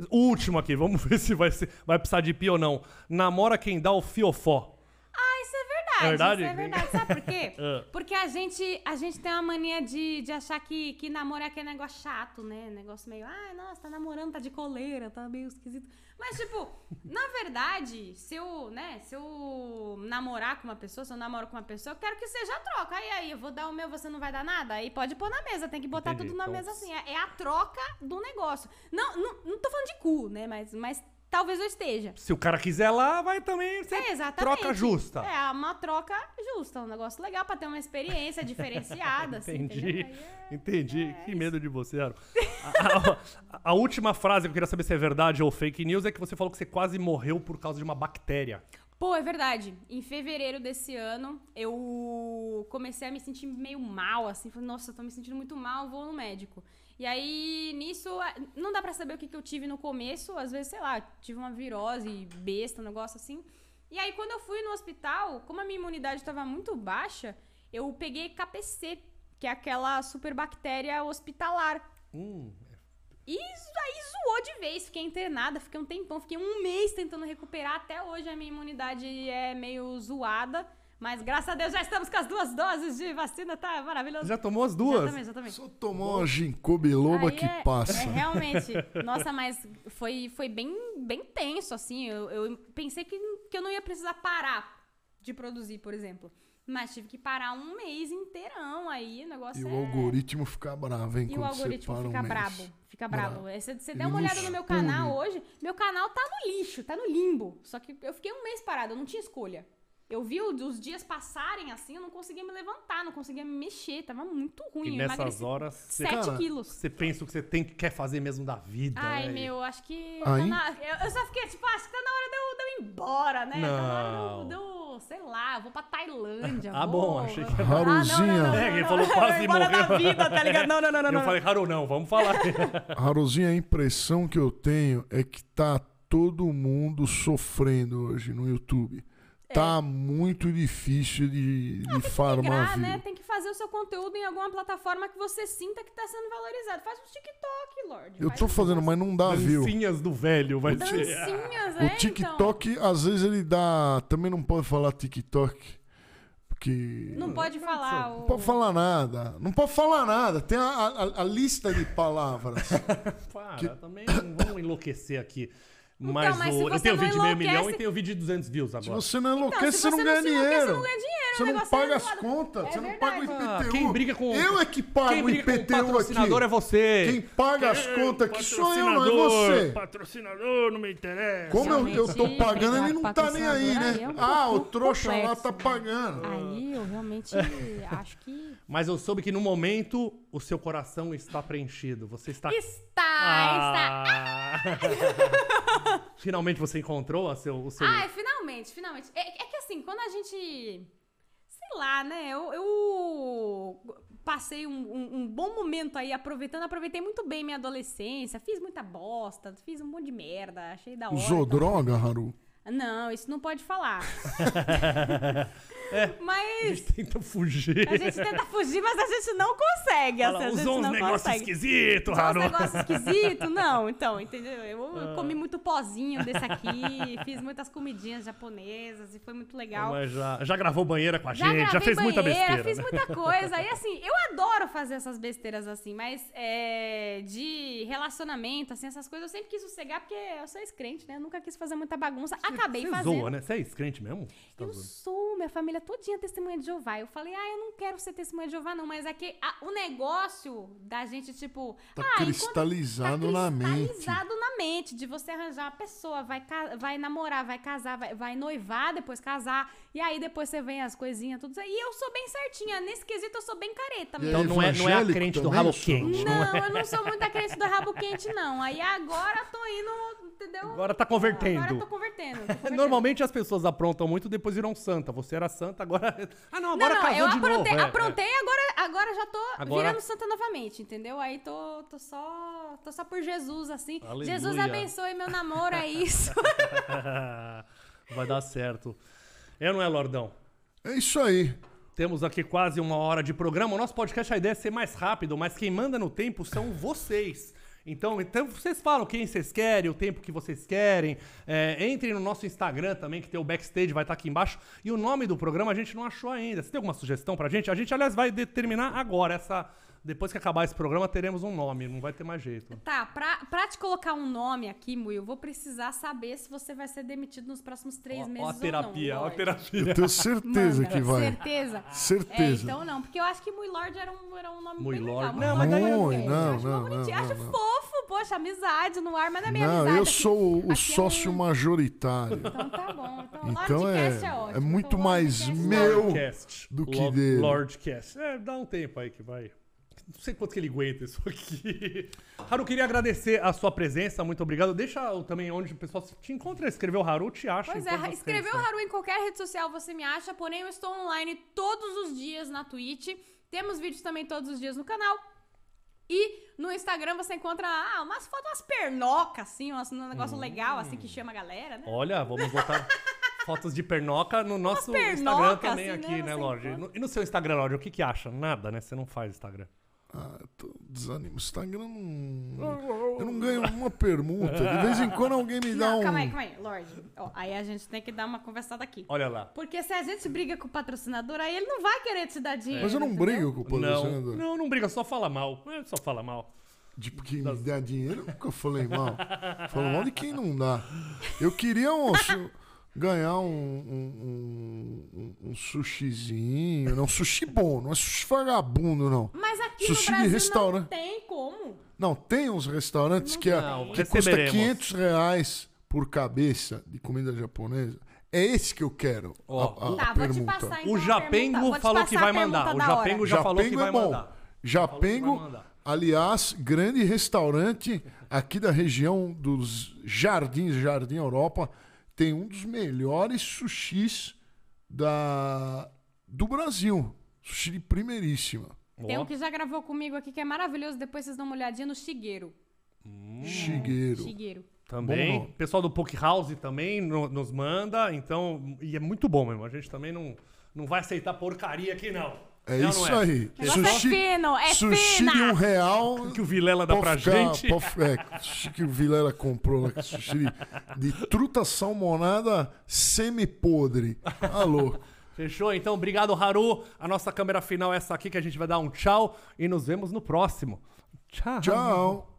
Speaker 2: O último aqui, vamos ver se vai, ser, vai precisar de pi ou não. Namora quem dá o fiofó.
Speaker 3: Ah, isso é verdade.
Speaker 2: É verdade?
Speaker 3: Isso é verdade. Sabe por quê?
Speaker 2: Ah.
Speaker 3: Porque a gente, a gente tem uma mania de, de achar que, que namoro é aquele negócio chato, né? Negócio meio, ah, nossa, tá namorando, tá de coleira, tá meio esquisito. Mas, tipo, na verdade, se eu, né, se eu namorar com uma pessoa, se eu namoro com uma pessoa, eu quero que seja a troca. Aí, aí, eu vou dar o meu, você não vai dar nada? Aí pode pôr na mesa, tem que botar
Speaker 2: Entendi.
Speaker 3: tudo na
Speaker 2: Então,
Speaker 3: mesa assim. É, é a troca do negócio. Não, não, não tô falando de cu, né? Mas, mas talvez eu esteja.
Speaker 2: Se o cara quiser lá, vai também ser
Speaker 3: É, exatamente.
Speaker 2: troca justa.
Speaker 3: É, uma troca justa, um negócio legal pra ter uma experiência diferenciada, assim,
Speaker 2: Entendi,
Speaker 3: entendeu? Aí é-
Speaker 2: entendi. que medo de você, Aaron. A, a- a última frase que eu queria saber se é verdade ou fake news é que você falou que você quase morreu por causa de uma bactéria.
Speaker 3: Pô, é verdade. Em fevereiro desse ano, eu comecei a me sentir meio mal, assim. Falei, nossa, eu tô me sentindo muito mal, vou no médico. E aí, nisso, a- não dá pra saber o que, que eu tive no começo. Às vezes, sei lá, tive uma virose besta, um negócio assim. E aí, quando eu fui no hospital, como a minha imunidade tava muito baixa, eu peguei KPC, que é aquela superbactéria hospitalar.
Speaker 2: Hum, é
Speaker 3: E zo- aí zoou de vez, fiquei internada, fiquei um tempão, fiquei um mês tentando recuperar, até hoje a minha imunidade é meio zoada, mas graças a Deus já estamos com as duas doses de vacina, tá maravilhoso.
Speaker 2: Já tomou as duas?
Speaker 3: Exatamente, exatamente.
Speaker 1: Só tomar uma ginkgo biloba
Speaker 3: Aí
Speaker 1: que
Speaker 3: é-
Speaker 1: passa.
Speaker 3: É, realmente. Nossa, mas foi, foi bem, bem tenso, assim. Eu, eu pensei que, que eu não ia precisar parar de produzir, por exemplo. Mas tive que parar um mês inteirão aí, o negócio
Speaker 1: E o
Speaker 3: é-
Speaker 1: algoritmo fica bravo, hein?
Speaker 3: e o
Speaker 1: quando
Speaker 3: algoritmo
Speaker 1: você para
Speaker 3: fica
Speaker 1: um mês.
Speaker 3: brabo. Fica
Speaker 1: Brabo.
Speaker 3: brabo. É, Você, você
Speaker 1: Ele
Speaker 3: der uma
Speaker 1: não
Speaker 3: olhada no meu canal
Speaker 1: escolhe.
Speaker 3: hoje, meu canal tá no lixo, tá no limbo. Só que eu fiquei um mês parado, eu não tinha escolha. Eu vi o- os dias passarem assim, eu não conseguia me levantar, não conseguia me mexer, tava muito ruim.
Speaker 2: E
Speaker 3: eu
Speaker 2: nessas
Speaker 3: um emagreci
Speaker 2: horas, você-
Speaker 3: 7
Speaker 1: Cara,
Speaker 3: quilos.
Speaker 2: você pensa o que você tem que quer fazer mesmo da vida.
Speaker 3: Ai,
Speaker 2: né?
Speaker 3: meu, acho que. tá
Speaker 1: Aí?
Speaker 3: na- eu, eu só fiquei tipo, acho que tá na hora de eu, de eu ir embora, né? Tá na hora
Speaker 2: Não.
Speaker 3: de eu, de eu- sei lá, eu vou pra Tailândia.
Speaker 2: Ah,
Speaker 3: vou,
Speaker 2: bom, achei que
Speaker 3: vou-
Speaker 2: era-
Speaker 3: Ah, não, não,
Speaker 1: Haruzinha.
Speaker 3: não, não,
Speaker 2: É, ele
Speaker 3: não,
Speaker 2: falou
Speaker 3: não,
Speaker 2: quase
Speaker 3: eu vou embora
Speaker 2: morreu.
Speaker 3: da vida, tá ligado? Não, não, não, não.
Speaker 2: E
Speaker 3: não.
Speaker 2: eu falei, Haru, não, vamos falar.
Speaker 1: Haruzinho, a impressão que eu tenho é que tá todo mundo sofrendo hoje no YouTube.
Speaker 3: É.
Speaker 1: Tá muito difícil de, de farmar
Speaker 3: Ah, migrar,
Speaker 1: vivo.
Speaker 3: né? Tem que fazer o seu conteúdo em alguma plataforma que você sinta que tá sendo valorizado. Faz um TikTok, Lorde.
Speaker 1: Eu
Speaker 3: faz
Speaker 1: tô
Speaker 3: um-
Speaker 1: fazendo, mas não dá, viu?
Speaker 2: Dancinhas do velho, vai ser.
Speaker 3: Dancinhas, é,
Speaker 1: O TikTok, às vezes, ele dá. Também não pode falar TikTok. Porque.
Speaker 3: Então. Não pode falar.
Speaker 1: Não
Speaker 3: O...
Speaker 1: pode falar nada. Não pode falar nada. Tem a, a- a lista de palavras.
Speaker 2: Para, também não vamos enlouquecer aqui. Mas,
Speaker 3: Então, mas se
Speaker 2: o- eu
Speaker 3: você
Speaker 2: tenho
Speaker 3: não
Speaker 2: vídeo de meio milhão e
Speaker 3: enlouquece-
Speaker 2: tenho vídeo de 200 views
Speaker 1: Se
Speaker 2: agora.
Speaker 1: você não
Speaker 3: Então,
Speaker 1: enlouquece,
Speaker 3: se
Speaker 1: você, não ganha
Speaker 3: se enlouquece,
Speaker 1: dinheiro.
Speaker 3: Você não ganha dinheiro.
Speaker 1: Você
Speaker 3: o
Speaker 1: não
Speaker 3: negócio é
Speaker 1: paga as
Speaker 3: zoado.
Speaker 1: contas,
Speaker 3: É
Speaker 1: você não
Speaker 3: verdade.
Speaker 1: paga o IPTU.
Speaker 2: Ah, quem briga com-
Speaker 1: Eu é que
Speaker 2: Quem
Speaker 1: pago o
Speaker 2: briga com o
Speaker 1: IPTU aqui.
Speaker 2: patrocinador é você.
Speaker 1: Quem paga as contas aqui sou eu, não é
Speaker 2: Patrocinador,
Speaker 1: você.
Speaker 2: Patrocinador, não me interessa.
Speaker 1: Como eu, eu tô
Speaker 3: Realmente,
Speaker 1: pagando,
Speaker 3: brigar
Speaker 1: ele
Speaker 3: com
Speaker 1: não tá nem aí,
Speaker 3: patrocinador aí
Speaker 1: né?
Speaker 3: é um
Speaker 1: Ah, o
Speaker 3: pouco
Speaker 1: trouxa lá
Speaker 3: complexo,
Speaker 1: tá
Speaker 3: né?
Speaker 1: pagando.
Speaker 3: Aí eu realmente acho que.
Speaker 2: Mas eu soube que no momento o seu coração está preenchido. Você está.
Speaker 3: Está, está.
Speaker 2: Ah! Finalmente você encontrou a seu, o seu.
Speaker 3: Ai, finalmente, finalmente. É, é que assim, quando a gente. Sei lá, né? Eu, eu passei um, um- um bom momento aí aproveitando, aproveitei muito bem minha adolescência, fiz muita bosta, fiz um monte de merda, achei da hora. e tal.
Speaker 1: Usou droga, Haru? Tá
Speaker 3: Ah, Não, isso não pode falar.
Speaker 2: A
Speaker 3: Mas
Speaker 2: gente tenta então fugir.
Speaker 3: a gente tenta fugir, mas a gente não consegue.
Speaker 2: Fala,
Speaker 3: assim, a gente
Speaker 2: usou uns
Speaker 3: não
Speaker 2: negócios
Speaker 3: consegue.
Speaker 2: esquisitos,
Speaker 3: Só uns
Speaker 2: Haru.
Speaker 3: negócios esquisitos, não. Então, entendeu? Eu
Speaker 2: Ah.
Speaker 3: comi muito pozinho desse aqui, fiz muitas comidinhas japonesas e foi muito legal.
Speaker 2: Mas já, já gravou banheira com a
Speaker 3: Já
Speaker 2: gente, já
Speaker 3: gravei
Speaker 2: fez muita
Speaker 3: banheira,
Speaker 2: besteira.
Speaker 3: fiz
Speaker 2: né?
Speaker 3: muita coisa. E assim, eu adoro fazer essas besteiras assim, mas é, de relacionamento, assim, essas coisas, eu sempre quis sossegar porque eu sou ex-crente, né? Eu nunca quis fazer muita bagunça. Acabei
Speaker 2: Você
Speaker 3: fazendo.
Speaker 2: zoa, né? Você é crente mesmo? Você tá
Speaker 3: Eu
Speaker 2: zoando.
Speaker 3: sou, minha família todinha é testemunha de Jeová. Eu falei, ah, eu não quero ser testemunha de Jeová, não, mas é que a- o negócio da gente, tipo.
Speaker 1: Tá
Speaker 3: ah, enquanto- tá
Speaker 1: cristalizado na mente.
Speaker 3: cristalizado na mente de você arranjar uma pessoa, vai, ca- vai namorar, vai casar, vai, vai noivar, depois casar, e aí depois você vem as coisinhas, tudo isso. aí. E eu sou bem certinha, nesse quesito eu sou bem careta mesmo.
Speaker 2: Então não é- não é a
Speaker 1: Evangélico
Speaker 2: crente do
Speaker 1: também,
Speaker 2: ralo
Speaker 1: eu sou.
Speaker 2: quente.
Speaker 3: Não, eu não sou muita crente do rabo quente, não. Aí agora eu tô indo, entendeu?
Speaker 2: Agora tá convertendo.
Speaker 3: Agora eu tô convertendo. tô convertendo.
Speaker 2: É, Normalmente as pessoas aprontam muito e depois viram santa. Você era santa, agora. Ah, não,
Speaker 3: Não,
Speaker 2: agora
Speaker 3: não,
Speaker 2: casou
Speaker 3: eu
Speaker 2: de
Speaker 3: aprontei,
Speaker 2: novo. é,
Speaker 3: aprontei agora, agora já tô
Speaker 2: Agora-
Speaker 3: virando santa novamente, entendeu? Aí tô, tô só tô só por Jesus, assim.
Speaker 2: Aleluia.
Speaker 3: Jesus abençoe meu namoro, é isso.
Speaker 2: é. Vai dar certo. Eu não é, Lordão.
Speaker 1: É isso aí.
Speaker 2: Temos aqui quase uma hora de programa. O nosso podcast, a ideia é ser mais rápido, mas quem manda no tempo são vocês. Então, então vocês falam quem vocês querem, o tempo que vocês querem. É, entrem no nosso Instagram também, que tem o backstage, vai estar aqui embaixo. E o nome do programa a gente não achou ainda. Você tem alguma sugestão pra gente? A gente, aliás, vai determinar agora. Essa, depois que acabar esse programa, teremos um nome. Não vai ter mais jeito.
Speaker 3: Tá, pra, pra te colocar um nome aqui, Mui, eu vou precisar saber se você vai ser demitido nos próximos três
Speaker 2: Ó,
Speaker 3: meses
Speaker 2: ó a terapia,
Speaker 3: ou não.
Speaker 2: ó a
Speaker 3: Lorde.
Speaker 2: terapia.
Speaker 1: Eu tenho certeza
Speaker 3: Manda.
Speaker 1: que vai.
Speaker 3: Certeza? É,
Speaker 1: Certeza.
Speaker 3: então não, porque eu acho que Mui Lorde era um, era um nome
Speaker 2: Mui
Speaker 3: bem
Speaker 2: Lorde.
Speaker 3: legal.
Speaker 2: Não,
Speaker 3: Mui
Speaker 2: mas
Speaker 3: Lorde
Speaker 2: aí-
Speaker 3: eu
Speaker 1: Oi,
Speaker 3: gostei,
Speaker 1: não,
Speaker 3: eu acho
Speaker 1: não,
Speaker 3: mó bonitinho.
Speaker 1: não,
Speaker 3: acho
Speaker 1: não, não.
Speaker 3: fofo, poxa, amizade no ar, mas não é minha
Speaker 1: Não,
Speaker 3: amizade.
Speaker 1: eu
Speaker 3: aqui-
Speaker 1: sou o- o
Speaker 3: aqui é um-
Speaker 1: sócio majoritário.
Speaker 3: Então tá bom. Então,
Speaker 1: Então é,
Speaker 3: Lordcast é, ótimo.
Speaker 1: é muito
Speaker 3: Então,
Speaker 1: mais
Speaker 3: Lordcast-
Speaker 1: meu
Speaker 2: Lordcast.
Speaker 1: do que
Speaker 2: Lo-
Speaker 1: dele.
Speaker 2: Lordcast. É, dá um tempo aí que vai. Não sei quanto que ele aguenta isso aqui. Haru, queria agradecer a sua presença, muito obrigado. Deixa eu também onde o pessoal te encontra, escreveu Haru, te acha.
Speaker 3: Pois
Speaker 2: em todas
Speaker 3: é,
Speaker 2: as
Speaker 3: escreveu
Speaker 2: redes, né?
Speaker 3: Haru em qualquer rede social você me acha, porém eu estou online todos os dias na Twitch. Temos vídeos também todos os dias no canal. E no Instagram você encontra ah, umas fotos, umas pernocas, assim, umas- um
Speaker 1: Hum.
Speaker 3: negócio legal, assim, que chama a galera, né?
Speaker 2: Olha, vamos botar fotos de pernoca no nosso
Speaker 3: pernoca,
Speaker 2: Instagram também
Speaker 3: assim,
Speaker 2: aqui,
Speaker 3: né?
Speaker 2: né,
Speaker 3: Você
Speaker 2: Lorde?
Speaker 3: encontra.
Speaker 2: E no seu Instagram, Lorde, o que que acha? Nada, né? Você não faz Instagram.
Speaker 1: Ah, eu tô desanimo. Instagram não. Eu não ganho uma permuta. De vez em quando alguém me dá
Speaker 3: Não,
Speaker 1: um.
Speaker 3: calma aí, calma aí, Lorde. Ó, aí a gente tem que dar uma conversada aqui.
Speaker 2: Olha lá.
Speaker 3: Porque se a gente briga com o patrocinador, aí ele não vai querer te dar dinheiro.
Speaker 1: Mas eu não
Speaker 3: entendeu?
Speaker 1: brigo com o
Speaker 2: É. Não,
Speaker 1: patrocinador.
Speaker 2: não, não briga, só fala mal. É, Só fala mal.
Speaker 1: De que me dá dinheiro, eu nunca falei mal. Falei mal de quem não dá. Eu queria um, su- ganhar um, um, um- um- um sushizinho. Não, sushi bom, não é sushi vagabundo, não.
Speaker 3: Mas aqui
Speaker 1: Sushi de
Speaker 3: no Brasil não
Speaker 1: restaurante.
Speaker 3: tem como.
Speaker 1: Não, tem uns restaurantes que, é-
Speaker 2: Não,
Speaker 1: que custa
Speaker 2: receberemos.
Speaker 1: 500 reais por cabeça de comida japonesa. É esse que eu quero.
Speaker 2: Ó.
Speaker 1: a, a
Speaker 3: Tá, vou te
Speaker 1: pergunta.
Speaker 3: passar então.
Speaker 2: O
Speaker 3: a pergunta- vou
Speaker 2: Japengo
Speaker 3: te
Speaker 2: falou
Speaker 3: passar
Speaker 2: que
Speaker 3: a
Speaker 2: vai
Speaker 3: pergunta
Speaker 2: mandar. O
Speaker 3: da hora.
Speaker 2: Japengo já falou que vai mandar. Falou
Speaker 1: Japengo,
Speaker 2: que vai mandar.
Speaker 1: aliás, grande restaurante aqui da região dos Jardins, Jardim Europa, tem um dos melhores sushis da, do Brasil. Sushi de primeiríssima.
Speaker 3: Tem
Speaker 2: Ó.
Speaker 3: um que já gravou comigo aqui que é maravilhoso, depois vocês dão uma olhadinha no Shigeru.
Speaker 1: Shigeiro.
Speaker 3: Shigeiro.
Speaker 1: Bom
Speaker 2: Também.
Speaker 1: nome.
Speaker 2: O pessoal do Poke House também no- nos manda, então. E é muito bom mesmo. A gente também não, não vai aceitar porcaria aqui, não.
Speaker 1: É
Speaker 2: Não, não
Speaker 1: isso aí.
Speaker 3: O negócio é fino, é
Speaker 1: sushi de
Speaker 3: fina.
Speaker 1: um real.
Speaker 2: Que o Vilela dá
Speaker 1: pode
Speaker 2: pra
Speaker 1: ficar-
Speaker 2: gente.
Speaker 1: pode fi- é, sushi que o Vilela comprou lá, que sushi de, de truta salmonada semi-podre. Tá Alô.
Speaker 2: Fechou? Então, obrigado, Haru. A nossa câmera final é essa aqui que a gente vai dar um tchau e nos vemos no próximo. Tchau.
Speaker 1: Tchau.